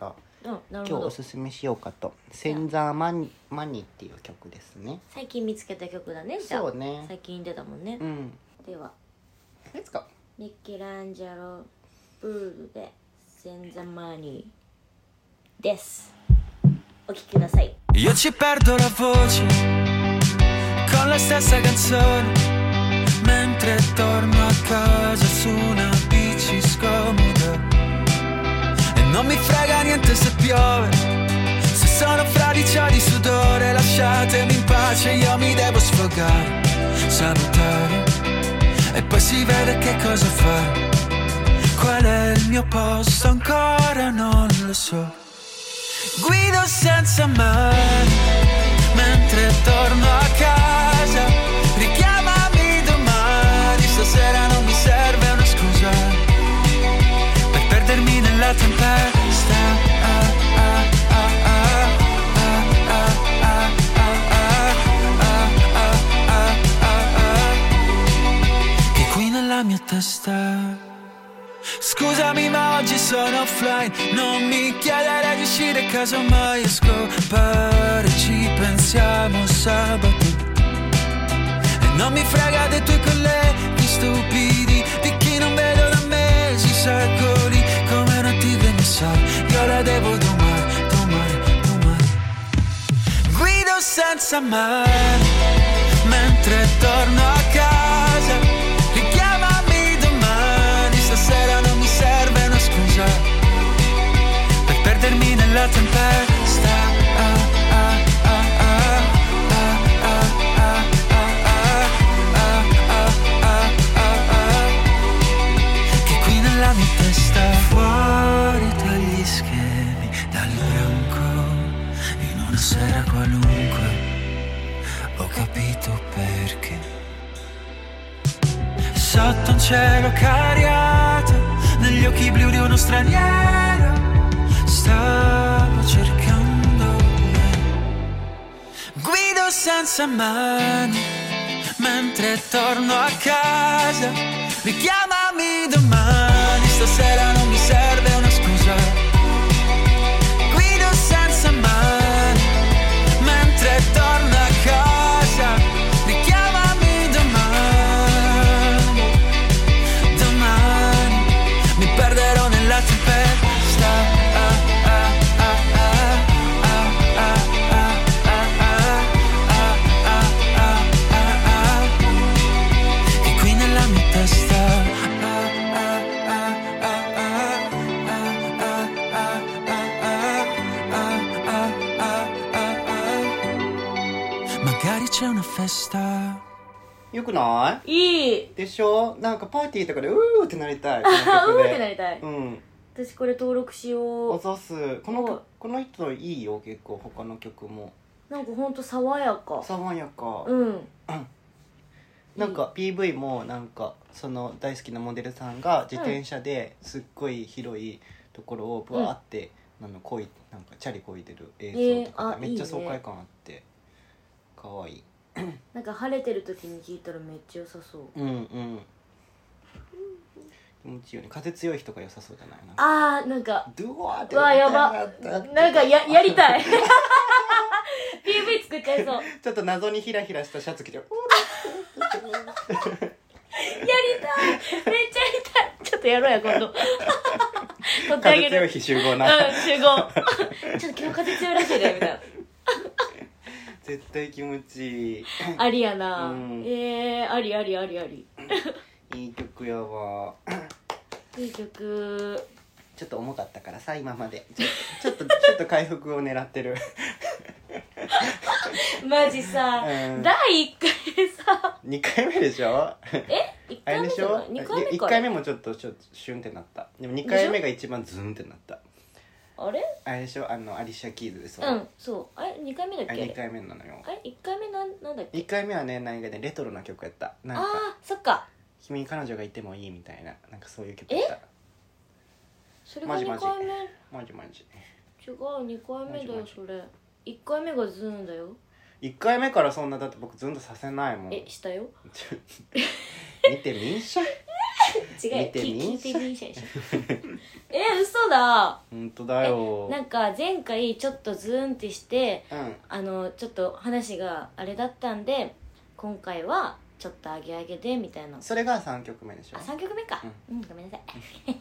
[SPEAKER 2] ら
[SPEAKER 1] いうんな
[SPEAKER 2] 今
[SPEAKER 1] るほ
[SPEAKER 2] 日お
[SPEAKER 1] ど
[SPEAKER 2] すすめしようかと「センザーマニマニ」っていう曲ですね
[SPEAKER 1] 最近見つけた曲だねじゃ
[SPEAKER 2] そ
[SPEAKER 1] あ
[SPEAKER 2] うね
[SPEAKER 1] 最近出たもんね
[SPEAKER 2] うん
[SPEAKER 1] ではい
[SPEAKER 2] つか
[SPEAKER 1] ミッケランジェロブールでセンザマニーですお聴きください
[SPEAKER 3] Io ci perdo la voce con la stessa canzone mentre torno a casa su una bici scomoda. cercare, salutare e poi si vede che cosa fare. Qual è il mio posto ancora non lo so. Guido senza mare, mentre torno a casa. Richiamami domani, stasera non mi serve una scusa per perdermi nella tempesta. Ah, ah, ah, ah, ah, ah, ah, ah, ah, ah, ah, ah. Che qui nella mia testa. Scusami ma oggi sono offline Non mi chiedere di uscire casomai a scopare Ci pensiamo sabato E non mi frega dei tuoi colleghi stupidi Di chi non vedo da mesi, secoli Come non ti ne so Io la devo domani, domani, domani Guido senza mare Mentre torno a casa Richiamami domani Stasera non mi serve una scusa Per perdermi nella tempesta Ah, ah, ah, ah. Ah, ah, ah, ah, ah. Ah, ah, ah, ah, ah. Che qui nella mia testa fuori dagli schemi, dal branco, in una sera qualunque ho capito perché. Sotto un cielo cariato, negli occhi blu di uno straniero, stavo cercando me. Guido senza mani, mentre torno a casa, richiamami domani, stasera non mi serve una scusa. Guido senza mani, mentre torno a casa richiamami domani domani mi perderò nella tempesta Ah, ah, ah, ah. Ah, ah, ah, ah, ah. Ah, ah, ah, ah, ah. E qui nella mia testa Ah, ah, ah, ah, ah. Ah, ah, ah, ah, ah. Ah, ah, ah, ah, ah. Magari c'è una festa.
[SPEAKER 2] よくない
[SPEAKER 1] いい
[SPEAKER 2] いでしょなんかパーティーとかでうーってなりたいこの
[SPEAKER 1] あ (laughs) う
[SPEAKER 2] 曲で
[SPEAKER 1] ーってなりたい
[SPEAKER 2] うん
[SPEAKER 1] 私これ登録しよ
[SPEAKER 2] お
[SPEAKER 1] う
[SPEAKER 2] ざすこの
[SPEAKER 1] すごい
[SPEAKER 2] 曲この人いいよ結構他の曲も
[SPEAKER 1] なんかほんと爽やか
[SPEAKER 2] 爽やか
[SPEAKER 1] うん
[SPEAKER 2] なんか PV もなんかその大好きなモデルさんが自転車ですっごい広いところをぶわーって、あのこいなんかチャリこいでる映像とか
[SPEAKER 1] えーあ
[SPEAKER 2] でめっちゃ
[SPEAKER 1] いいね
[SPEAKER 2] 爽快感あって可愛いい
[SPEAKER 1] なんか晴れてる時に聴いたらめっちゃ良さそう
[SPEAKER 2] うんうん気持ちいいよね風強い人が良さそうじゃないなんか
[SPEAKER 1] あーなんか
[SPEAKER 2] ドゥワーって
[SPEAKER 1] うわやばなんかややり
[SPEAKER 2] い
[SPEAKER 1] たい PV 作っちゃい
[SPEAKER 2] (laughs)
[SPEAKER 1] そうやり
[SPEAKER 2] ちょっと謎にヒラヒラしたシャツ着て
[SPEAKER 1] たいめっちゃやりたいちょっとやろう
[SPEAKER 2] (laughs)
[SPEAKER 1] や今度撮ってあ
[SPEAKER 2] 風
[SPEAKER 1] げ
[SPEAKER 2] 強い
[SPEAKER 1] る
[SPEAKER 2] 日集合
[SPEAKER 1] うん
[SPEAKER 2] な
[SPEAKER 1] 集合 (laughs) ちょっと今日風強いらしいねみたいな
[SPEAKER 2] 絶対気持ちいい
[SPEAKER 1] ありやな、
[SPEAKER 2] うん
[SPEAKER 1] えー、ありありありあり
[SPEAKER 2] いい曲やわ
[SPEAKER 1] いい曲
[SPEAKER 2] ちょっと重かったからさ今まで (laughs) ちょちょっとちょっと回復を狙ってる
[SPEAKER 1] マジさ、
[SPEAKER 2] うん
[SPEAKER 1] 第1回さ
[SPEAKER 2] 2回目でし (laughs) ょ
[SPEAKER 1] え1
[SPEAKER 2] あ
[SPEAKER 1] 回
[SPEAKER 2] れ
[SPEAKER 1] 目
[SPEAKER 2] でし
[SPEAKER 1] じゃ
[SPEAKER 2] ょ
[SPEAKER 1] ない2回目
[SPEAKER 2] 1
[SPEAKER 1] か
[SPEAKER 2] 回目もちょっとちょっとシュンってなったでも2回目が一番ズーンってなった
[SPEAKER 1] あれ
[SPEAKER 2] あれでしょあのアリシャ・キーズでさ、
[SPEAKER 1] う
[SPEAKER 2] あ
[SPEAKER 1] んそうあれ2回目だっけあ
[SPEAKER 2] 2
[SPEAKER 1] れ
[SPEAKER 2] 回目なのよ
[SPEAKER 1] あれ1回目なんなんだっけ
[SPEAKER 2] 1回目はね何かねレトロな曲やったなん
[SPEAKER 1] あ
[SPEAKER 2] か
[SPEAKER 1] あーそっか
[SPEAKER 2] 「君に彼女がいてもいい」みたいななんかそういう曲やった
[SPEAKER 1] それが
[SPEAKER 2] マジ
[SPEAKER 1] 2
[SPEAKER 2] マジ
[SPEAKER 1] 回目
[SPEAKER 2] マジマジ
[SPEAKER 1] 違う2回目だ
[SPEAKER 2] マ
[SPEAKER 1] よ
[SPEAKER 2] ジ
[SPEAKER 1] それ1回目がズーンだよ
[SPEAKER 2] 1回目からそんなだって僕ズーンとさせないもん
[SPEAKER 1] えしたよ
[SPEAKER 2] ちょ (laughs) 見てみんしゃ
[SPEAKER 1] 違うよ
[SPEAKER 2] 見て
[SPEAKER 1] き
[SPEAKER 2] み
[SPEAKER 1] 聞
[SPEAKER 2] ん
[SPEAKER 1] い
[SPEAKER 2] しゃ
[SPEAKER 1] てみんしゃでしょ
[SPEAKER 2] (laughs)
[SPEAKER 1] え嘘だ
[SPEAKER 2] 本当だよ
[SPEAKER 1] なんか前回ちょっとズーンってして
[SPEAKER 2] うん
[SPEAKER 1] あのちょっと話があれだったんで今回はちょっと上げ上げでみたいな
[SPEAKER 2] それが3曲目でしょ
[SPEAKER 1] あ三3曲目かうん、ごめんなさい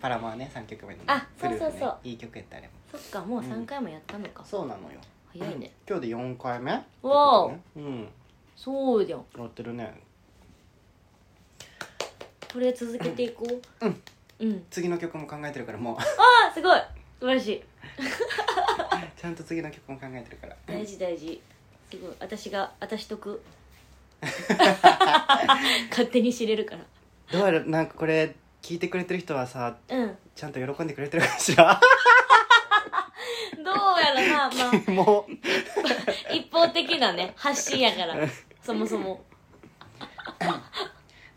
[SPEAKER 2] パラマはね3曲目のね
[SPEAKER 1] あ
[SPEAKER 2] ブルーの
[SPEAKER 1] そうそうそう
[SPEAKER 2] ね、いい曲やったあれも
[SPEAKER 1] そっかもう3回もやったのか、
[SPEAKER 2] そうなのよ
[SPEAKER 1] 早いね
[SPEAKER 2] 今日で4回目
[SPEAKER 1] お
[SPEAKER 2] ねう
[SPEAKER 1] ー
[SPEAKER 2] ん
[SPEAKER 1] そうじゃん
[SPEAKER 2] やってるね
[SPEAKER 1] これ続けていこう
[SPEAKER 2] うん
[SPEAKER 1] うん
[SPEAKER 2] 次の曲も考えてるからもう
[SPEAKER 1] あすごい素晴らしい
[SPEAKER 2] ちゃんと次の曲も考えてるから (laughs)
[SPEAKER 1] 大事大事すごい私が私得勝手に知れるから
[SPEAKER 2] どうやらなんかこれ聞いてくれてる人はさ
[SPEAKER 1] うん
[SPEAKER 2] ちゃんと喜んでくれてるかし
[SPEAKER 1] (laughs)
[SPEAKER 2] ら
[SPEAKER 1] どうやら
[SPEAKER 2] (laughs)
[SPEAKER 1] まあまあ
[SPEAKER 2] も
[SPEAKER 1] 一方的なね発信やからそもそも
[SPEAKER 2] う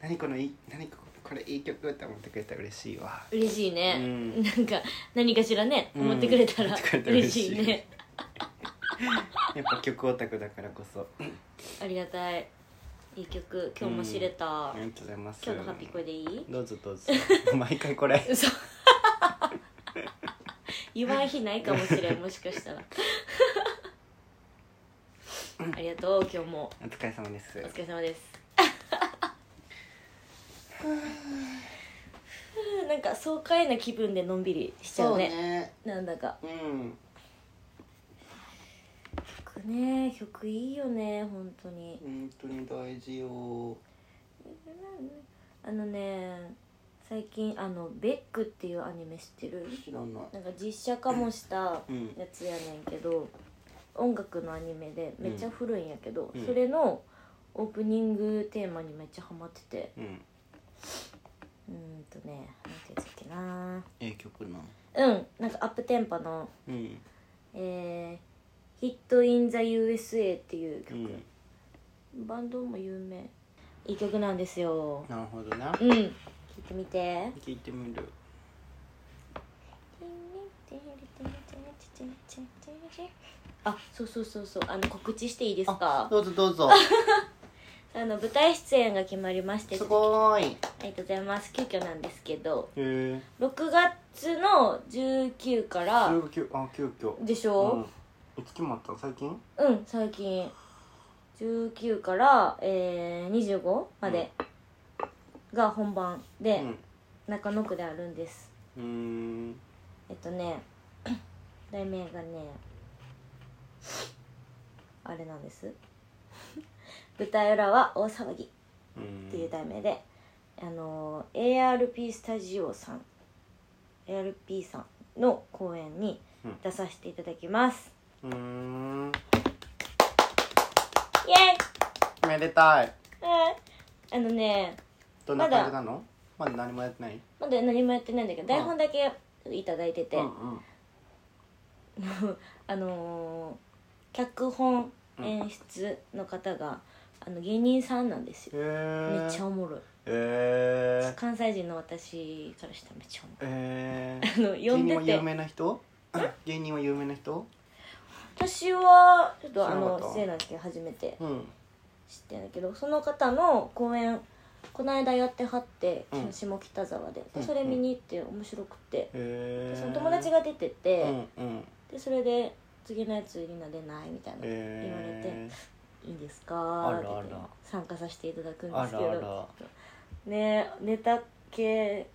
[SPEAKER 2] 何このいい何ここれいい曲って思ってくれたら嬉しいわ
[SPEAKER 1] 嬉しいね、
[SPEAKER 2] うん
[SPEAKER 1] なんか何かしらね
[SPEAKER 2] うん
[SPEAKER 1] 思ってくれたら
[SPEAKER 2] 思ってくれたら
[SPEAKER 1] 嬉
[SPEAKER 2] 嬉し
[SPEAKER 1] し
[SPEAKER 2] い
[SPEAKER 1] いね、
[SPEAKER 2] やっぱ曲オタクだからこそ
[SPEAKER 1] ありがたいいい曲今日も知れた、
[SPEAKER 2] ありがとうございます
[SPEAKER 1] 今日のハッピー声でいい
[SPEAKER 2] どうぞどうぞ毎回これ
[SPEAKER 1] 嘘言わん日ないかもしれんもしかしたらありがとう今日も
[SPEAKER 2] お疲れ様です
[SPEAKER 1] お疲れ様ですふうなんか爽快な気分でのんびりしちゃうね
[SPEAKER 2] ね
[SPEAKER 1] なんだか
[SPEAKER 2] うん
[SPEAKER 1] 曲ね曲いいよね本当に
[SPEAKER 2] 本当に大事よ
[SPEAKER 1] あのね最近あの「ベック」っていうアニメ知ってる
[SPEAKER 2] 知らない
[SPEAKER 1] なんか実写化もした
[SPEAKER 2] うん
[SPEAKER 1] やつやねんけど、音楽のアニメでめっちゃ古いんやけど、
[SPEAKER 2] うん
[SPEAKER 1] それのオープニングテーマにめっちゃハマってて
[SPEAKER 2] うん
[SPEAKER 1] うーんとねなんてやつだっけな
[SPEAKER 2] ええ曲な
[SPEAKER 1] うんなんかアップテンパの
[SPEAKER 2] うん
[SPEAKER 1] 「えー、ヒット・イン・ザ・ USA」っていう
[SPEAKER 2] う
[SPEAKER 1] 曲、
[SPEAKER 2] ん
[SPEAKER 1] バンドも有名いい曲なんですよ
[SPEAKER 2] なるほどな
[SPEAKER 1] うん聞いてみて
[SPEAKER 2] 聞いてみる
[SPEAKER 1] あそうそうそうそうあの告知していいです
[SPEAKER 2] あ
[SPEAKER 1] か
[SPEAKER 2] どうぞどうぞ
[SPEAKER 1] あの舞台出演が決まりまして
[SPEAKER 2] すごーい
[SPEAKER 1] ありがとうございます急遽なんですけど
[SPEAKER 2] へえ
[SPEAKER 1] 6月の19から
[SPEAKER 2] それが急あ急遽
[SPEAKER 1] でし
[SPEAKER 2] う
[SPEAKER 1] ょ
[SPEAKER 2] んえ月もあったの最近
[SPEAKER 1] うん、最近19から、えー、25までが本番で、中野区であるんです
[SPEAKER 2] うんうーん
[SPEAKER 1] えっとね (coughs) 題名がねあれなんです (laughs) 舞台裏は大騒ぎ
[SPEAKER 2] うん
[SPEAKER 1] っていう題名で、あの ARP スタジオさん ARP さんの公演に出させていただきます、
[SPEAKER 2] うーん
[SPEAKER 1] イエイ
[SPEAKER 2] めでたい
[SPEAKER 1] あのね
[SPEAKER 2] どんな感じなのまだ何もやってない
[SPEAKER 1] まだ何もやってないんだけど台本だけいただいてて、
[SPEAKER 2] うんうん
[SPEAKER 1] あのー脚本演出の方が、あの芸人さんなんですよ
[SPEAKER 2] へえ
[SPEAKER 1] めっちゃおもろい
[SPEAKER 2] へえ
[SPEAKER 1] 関西人の私からしたらめっちゃ
[SPEAKER 2] え
[SPEAKER 1] おも
[SPEAKER 2] (laughs)
[SPEAKER 1] ろいあの
[SPEAKER 2] 芸人
[SPEAKER 1] 呼ん
[SPEAKER 2] は
[SPEAKER 1] で
[SPEAKER 2] 有
[SPEAKER 1] て
[SPEAKER 2] 名な人芸人は有名な人
[SPEAKER 1] 私はちょっとあ
[SPEAKER 2] 知らなか
[SPEAKER 1] の
[SPEAKER 2] った
[SPEAKER 1] せいなんけ初めて
[SPEAKER 2] うん
[SPEAKER 1] 知ってんだけどその方の公演この間やってはって、
[SPEAKER 2] うん
[SPEAKER 1] 下北沢で
[SPEAKER 2] うん
[SPEAKER 1] でそれ見に行って面白くて、
[SPEAKER 2] へえ
[SPEAKER 1] でその友達が出てて、
[SPEAKER 2] うんうん
[SPEAKER 1] でそれで次のやつみんな出ないみたいな、
[SPEAKER 2] へえ
[SPEAKER 1] いいですか?」って言って
[SPEAKER 2] あらあら
[SPEAKER 1] 参加させていただくん
[SPEAKER 2] あ
[SPEAKER 1] ですけど
[SPEAKER 2] らあら
[SPEAKER 1] ねネタ系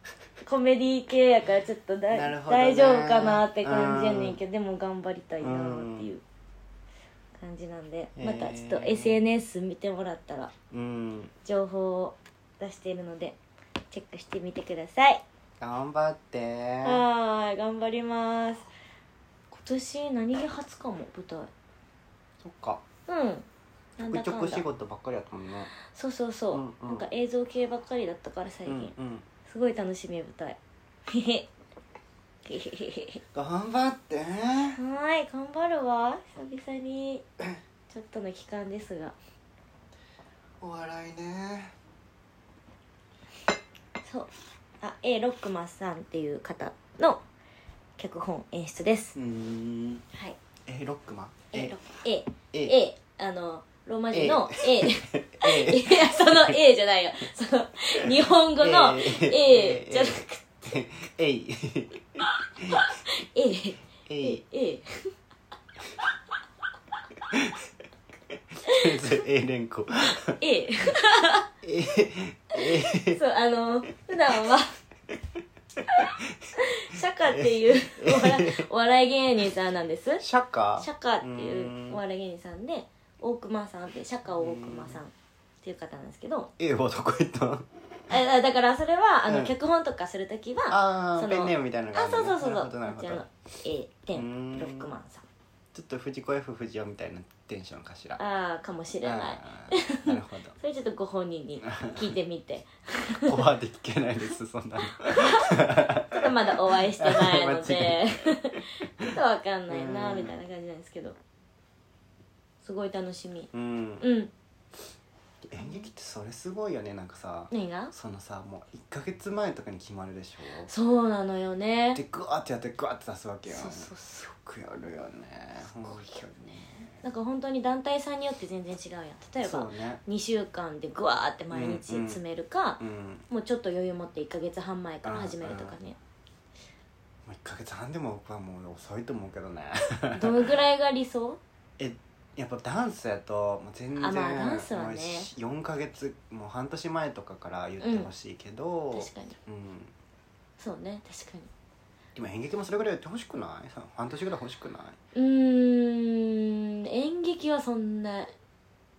[SPEAKER 1] コメディ系やからちょっとだい
[SPEAKER 2] なるほどね
[SPEAKER 1] 大丈夫かなって感じやねんけどでも頑張りたいなっていう感じなんで
[SPEAKER 2] うん
[SPEAKER 1] またちょっと
[SPEAKER 2] へー
[SPEAKER 1] SNS 見てもらったら
[SPEAKER 2] うん
[SPEAKER 1] 情報を出しているのでチェックしてみてください
[SPEAKER 2] 頑張って
[SPEAKER 1] はーい頑張ります今年何気初かも舞台
[SPEAKER 2] そっか
[SPEAKER 1] うんなんだ
[SPEAKER 2] 愚
[SPEAKER 1] か
[SPEAKER 2] 直
[SPEAKER 1] んだ
[SPEAKER 2] 仕事ばっかりやったもんね
[SPEAKER 1] そうそうそう、
[SPEAKER 2] うんうん
[SPEAKER 1] なんか映像系ばっかりだったから最
[SPEAKER 2] う
[SPEAKER 1] 近、
[SPEAKER 2] んうん
[SPEAKER 1] すごい楽しみ舞台へへへへへへ
[SPEAKER 2] 頑張って
[SPEAKER 1] はーい頑張るわ久々にちょっとの期間ですが
[SPEAKER 2] お笑いね
[SPEAKER 1] そうあ A ロックマンさんっていう方の脚本演出です
[SPEAKER 2] うーん
[SPEAKER 1] はい
[SPEAKER 2] えロックマン
[SPEAKER 1] A ロッ
[SPEAKER 2] A
[SPEAKER 1] A あのローマ字の A
[SPEAKER 2] え
[SPEAKER 1] (laughs) いやその A じゃないよその日本語の A じゃなく
[SPEAKER 2] てえい
[SPEAKER 1] て A
[SPEAKER 2] えい (laughs)
[SPEAKER 1] A
[SPEAKER 2] え連呼
[SPEAKER 1] A (laughs) そうあの普段は釈迦っ
[SPEAKER 2] (laughs)
[SPEAKER 1] ていうお笑いお笑い芸人さんなんです
[SPEAKER 2] シャカ
[SPEAKER 1] 釈迦っていう
[SPEAKER 2] ーん
[SPEAKER 1] お笑い芸人さんで大熊さんって釈迦大熊さんっていう方なんですけど
[SPEAKER 2] A はどこ行ったの
[SPEAKER 1] ああだからそれはあの、
[SPEAKER 2] うん
[SPEAKER 1] 脚本とかする時はあ
[SPEAKER 2] あ
[SPEAKER 1] そ
[SPEAKER 2] あ
[SPEAKER 1] の
[SPEAKER 2] ペンネームみたいなのがある
[SPEAKER 1] そう
[SPEAKER 2] のね
[SPEAKER 1] そうそうそう
[SPEAKER 2] なるほどなる
[SPEAKER 1] こ
[SPEAKER 2] ほ
[SPEAKER 1] ち
[SPEAKER 2] ど
[SPEAKER 1] らの A
[SPEAKER 2] うー
[SPEAKER 1] 点
[SPEAKER 2] ん
[SPEAKER 1] ロックマンさん
[SPEAKER 2] ちょっと藤子 F 不二雄みたいなテンションかしら
[SPEAKER 1] ああかもしれない
[SPEAKER 2] あーなるほ
[SPEAKER 1] それちょっとご本人に聞いてみて
[SPEAKER 2] ど怖で聞けないですそんなの
[SPEAKER 1] ちょっと (laughs) まだお会いしてないの
[SPEAKER 2] (laughs) 間
[SPEAKER 1] で
[SPEAKER 2] 違
[SPEAKER 1] ちょっとわかんないな
[SPEAKER 2] うん
[SPEAKER 1] みたいな感じなんですけどすごい楽しみ
[SPEAKER 2] うん
[SPEAKER 1] うん
[SPEAKER 2] 演劇ってそれすごいよねなんかさ
[SPEAKER 1] 何が
[SPEAKER 2] そのさもう1ヶ月前とかに決まるでしょ
[SPEAKER 1] そうなのよね
[SPEAKER 2] でグワーってやってグワーって出すわけよ
[SPEAKER 1] そうそうそう
[SPEAKER 2] よくやるよねす
[SPEAKER 1] ごいよねなんか本当に団体さんによって全然違うやん例え
[SPEAKER 2] そ
[SPEAKER 1] ば
[SPEAKER 2] うね
[SPEAKER 1] 2週間でぐわーって毎日詰めるか、
[SPEAKER 2] うん
[SPEAKER 1] もうちょっと余裕持って1ヶ月半前から始めるとかね
[SPEAKER 2] もう1ヶ月半でも僕はもう遅いと思うけどね (laughs)
[SPEAKER 1] どのぐらいが理想
[SPEAKER 2] やっぱダンスやともう全然
[SPEAKER 1] あまあダンスはね
[SPEAKER 2] もうし4ヶ月もう半年前とかから言ってほしいけど、
[SPEAKER 1] 確かに
[SPEAKER 2] うん
[SPEAKER 1] そうね確かに
[SPEAKER 2] でも演劇もそれぐらいやってほしくないさ半年ぐらい欲しくないう
[SPEAKER 1] ーん演劇はそんな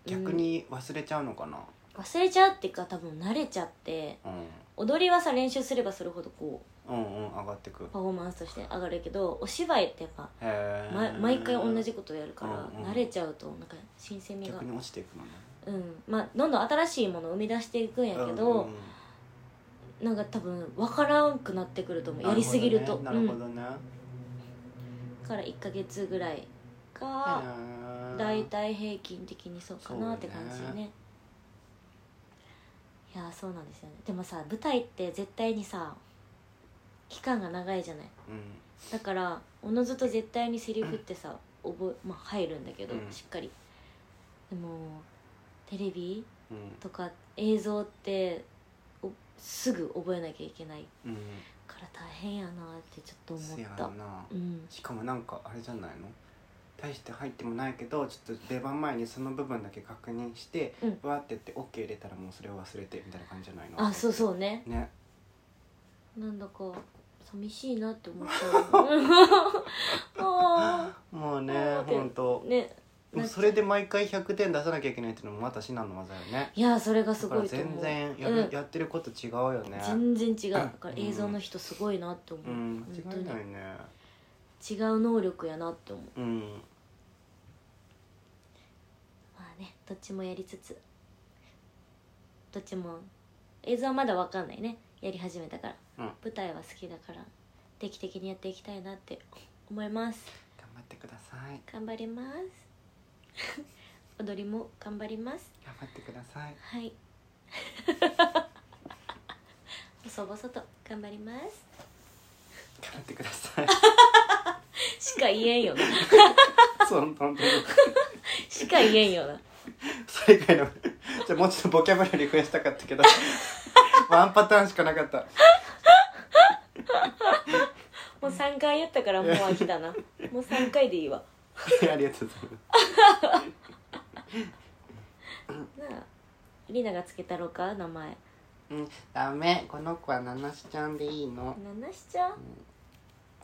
[SPEAKER 2] 逆に忘れちゃうのかな
[SPEAKER 1] 忘れちゃうっていうか多分慣れちゃって
[SPEAKER 2] う、
[SPEAKER 1] 踊りはさ練習すればするほどこうん
[SPEAKER 2] うんうん上がってくへ
[SPEAKER 1] パフォーマンスとして上がるけどお芝居ってやっぱ、
[SPEAKER 2] え
[SPEAKER 1] ま、毎回同じことやるから、
[SPEAKER 2] うんうん
[SPEAKER 1] 慣れちゃうとなんか新鮮味が
[SPEAKER 2] 逆に落ちていくのね
[SPEAKER 1] うんまあ、どんどん新しいものを生み出していくんやけど、なんか多分分からんくなってくると思うやりすぎると
[SPEAKER 2] なるほどね、
[SPEAKER 1] うん、から1か月ぐらい
[SPEAKER 2] なるほど
[SPEAKER 1] が
[SPEAKER 2] ね
[SPEAKER 1] 大体平均的にそうかなって感じよ
[SPEAKER 2] そう
[SPEAKER 1] ね
[SPEAKER 2] ね
[SPEAKER 1] いやーそうなんですよねでもさ舞台って絶対にさ期間が長いじゃない
[SPEAKER 2] うん
[SPEAKER 1] だからおのずと絶対にセリフってさ覚え、まあ、入るんだけど、
[SPEAKER 2] うん
[SPEAKER 1] しっかりでもテレビ
[SPEAKER 2] うん
[SPEAKER 1] とか映像っておすぐ覚えなきゃいけない
[SPEAKER 2] うん
[SPEAKER 1] から大変やなってちょっと思っ
[SPEAKER 2] せや
[SPEAKER 1] た
[SPEAKER 2] な
[SPEAKER 1] うん
[SPEAKER 2] しかもなんかあれじゃないの大して入ってもないけどちょっと出番前にその部分だけ確認して、
[SPEAKER 1] うん
[SPEAKER 2] わーってやって OK 入れたらもうそれを忘れてみたいな感じじゃないの
[SPEAKER 1] あそうそうね
[SPEAKER 2] ね
[SPEAKER 1] なんだか寂しいなって
[SPEAKER 2] (laughs)
[SPEAKER 1] 思ったよあ
[SPEAKER 2] もうね
[SPEAKER 1] あーって
[SPEAKER 2] ほんと
[SPEAKER 1] ーね
[SPEAKER 2] もうそれで毎回100点出さなきゃいけないっていうのもまた至難の技よね
[SPEAKER 1] いやーそれがす
[SPEAKER 2] だか
[SPEAKER 1] ご
[SPEAKER 2] ら
[SPEAKER 1] いと思
[SPEAKER 2] 全
[SPEAKER 1] う
[SPEAKER 2] 然や,、
[SPEAKER 1] うん
[SPEAKER 2] やってること違うよね
[SPEAKER 1] 全然違うだから
[SPEAKER 2] うん
[SPEAKER 1] 映像の人すごいなって思う、
[SPEAKER 2] うん
[SPEAKER 1] 本当
[SPEAKER 2] 間違い
[SPEAKER 1] に
[SPEAKER 2] ないね
[SPEAKER 1] 違う能力やなって思う
[SPEAKER 2] うん
[SPEAKER 1] まあねどっちもやりつつどっちも映像はまだわかんないねやり始めたから、
[SPEAKER 2] うん
[SPEAKER 1] 舞台は好きだから定期的にやっていきたいなって思います
[SPEAKER 2] 頑張ってください
[SPEAKER 1] 頑張ります (laughs) 踊りも頑張ります
[SPEAKER 2] 頑張ってください
[SPEAKER 1] はい (laughs) 細々と頑張りま
[SPEAKER 2] 頑張ってください (laughs)
[SPEAKER 1] すしか言えんよな
[SPEAKER 2] その本当に
[SPEAKER 1] (laughs) しか言えんよな
[SPEAKER 2] それ以外のじゃあもうちょっとボキャブラリー増やしたかったけど (laughs) ワンパターンしかなかった (laughs)
[SPEAKER 1] もう3回やったからもう飽きた (laughs) なもう3回でいいわ
[SPEAKER 2] ありがとうございま
[SPEAKER 1] なあリナがつけたろうか名前
[SPEAKER 2] す、うん、ダメこの子はナナシちゃんでいいの
[SPEAKER 1] ななしちゃん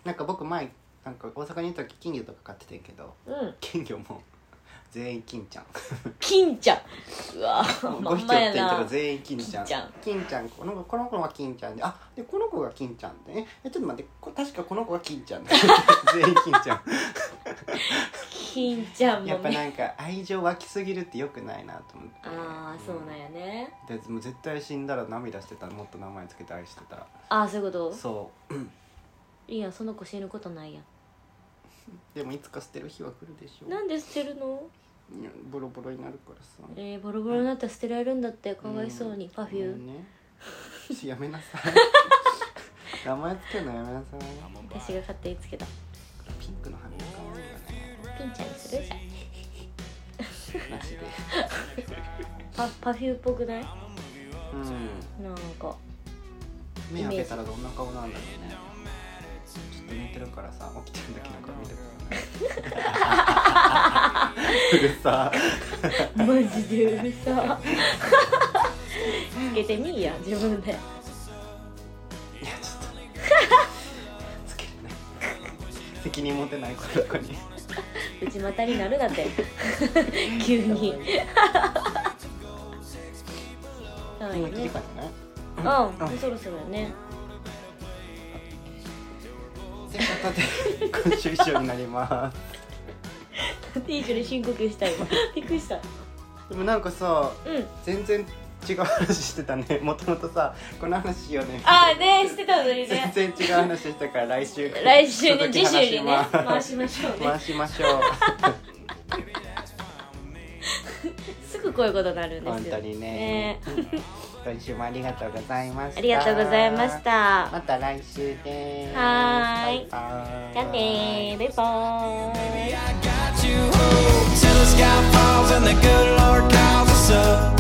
[SPEAKER 2] なんか僕前なんか大阪にいた時金魚とか飼っててんけど
[SPEAKER 1] うん
[SPEAKER 2] 金魚も全員金ちゃん
[SPEAKER 1] 金ちゃんう
[SPEAKER 2] (laughs)
[SPEAKER 1] わ
[SPEAKER 2] も
[SPEAKER 1] (laughs) ま
[SPEAKER 2] うん匹
[SPEAKER 1] ま
[SPEAKER 2] おってん
[SPEAKER 1] や
[SPEAKER 2] けど
[SPEAKER 1] な
[SPEAKER 2] 全員金ちゃん
[SPEAKER 1] 金ちゃん
[SPEAKER 2] 金ちゃんこの子この子は金ちゃんであでこの子が金ちゃんでねえちょっと待ってこ確かこの子が金ちゃんだ (laughs) 全員金ちゃ
[SPEAKER 1] (laughs) 金ちゃん
[SPEAKER 2] ん
[SPEAKER 1] も
[SPEAKER 2] やっぱ
[SPEAKER 1] ね
[SPEAKER 2] なんか愛情湧きすぎるってよくないなと思って
[SPEAKER 1] ああそうなんやね
[SPEAKER 2] でもう絶対死んだら涙してたもっと名前つけて愛してたら
[SPEAKER 1] ああそういうこと
[SPEAKER 2] そ
[SPEAKER 1] いいやんその子死ぬことないやん
[SPEAKER 2] うでもいつか捨てる日は来るでしょ
[SPEAKER 1] なんで捨てるの
[SPEAKER 2] いやボロボロになるからさ
[SPEAKER 1] えー、ボロボロになったら捨てられるんだってかわいそうに、パフュー
[SPEAKER 2] もうねやめな
[SPEAKER 1] (laughs)
[SPEAKER 2] さい名前つけるのやめなさい
[SPEAKER 1] 私が勝手につけた
[SPEAKER 2] ピンクの髪の顔とかね
[SPEAKER 1] ピンちゃんにするじゃん
[SPEAKER 2] なしで
[SPEAKER 1] パパフューっぽくないな
[SPEAKER 2] うん
[SPEAKER 1] んか
[SPEAKER 2] 目開けたらどんな顔なんだろうねちょっと寝てるからさ起きてる時なんか見てください (laughs) うるさ
[SPEAKER 1] マジでうるさ (laughs) つけてみいや自分で
[SPEAKER 2] いやちょっとつけれない責任持てないこの子に
[SPEAKER 1] 内股になるなって (laughs) 急 (laughs) にかわいい
[SPEAKER 2] 今切り
[SPEAKER 1] ね
[SPEAKER 2] 替えね
[SPEAKER 1] うん、そろそろやね
[SPEAKER 2] ということで今週以上になります
[SPEAKER 1] ティーチで深呼吸したい (laughs) 今びっくりした
[SPEAKER 2] でもなんかさ
[SPEAKER 1] うん
[SPEAKER 2] 全然違う話してたねもともとさこの話しようね
[SPEAKER 1] あーねしてたのに
[SPEAKER 2] 全
[SPEAKER 1] ね
[SPEAKER 2] 然違う話したから来週
[SPEAKER 1] (laughs) 来週ね
[SPEAKER 2] 続き
[SPEAKER 1] 次週 (laughs) にね
[SPEAKER 2] 話します
[SPEAKER 1] 回しましょうね、
[SPEAKER 2] 回しましょう
[SPEAKER 1] すぐこういうことになるんですよ
[SPEAKER 2] 本当にね今週もありがとうございました
[SPEAKER 1] ありがとうございました
[SPEAKER 2] また来週です
[SPEAKER 1] はー
[SPEAKER 2] バイ
[SPEAKER 1] い
[SPEAKER 2] バイ
[SPEAKER 1] じゃあねーバイバーイ
[SPEAKER 3] I got you hooked till the sky falls and the good Lord calls us up.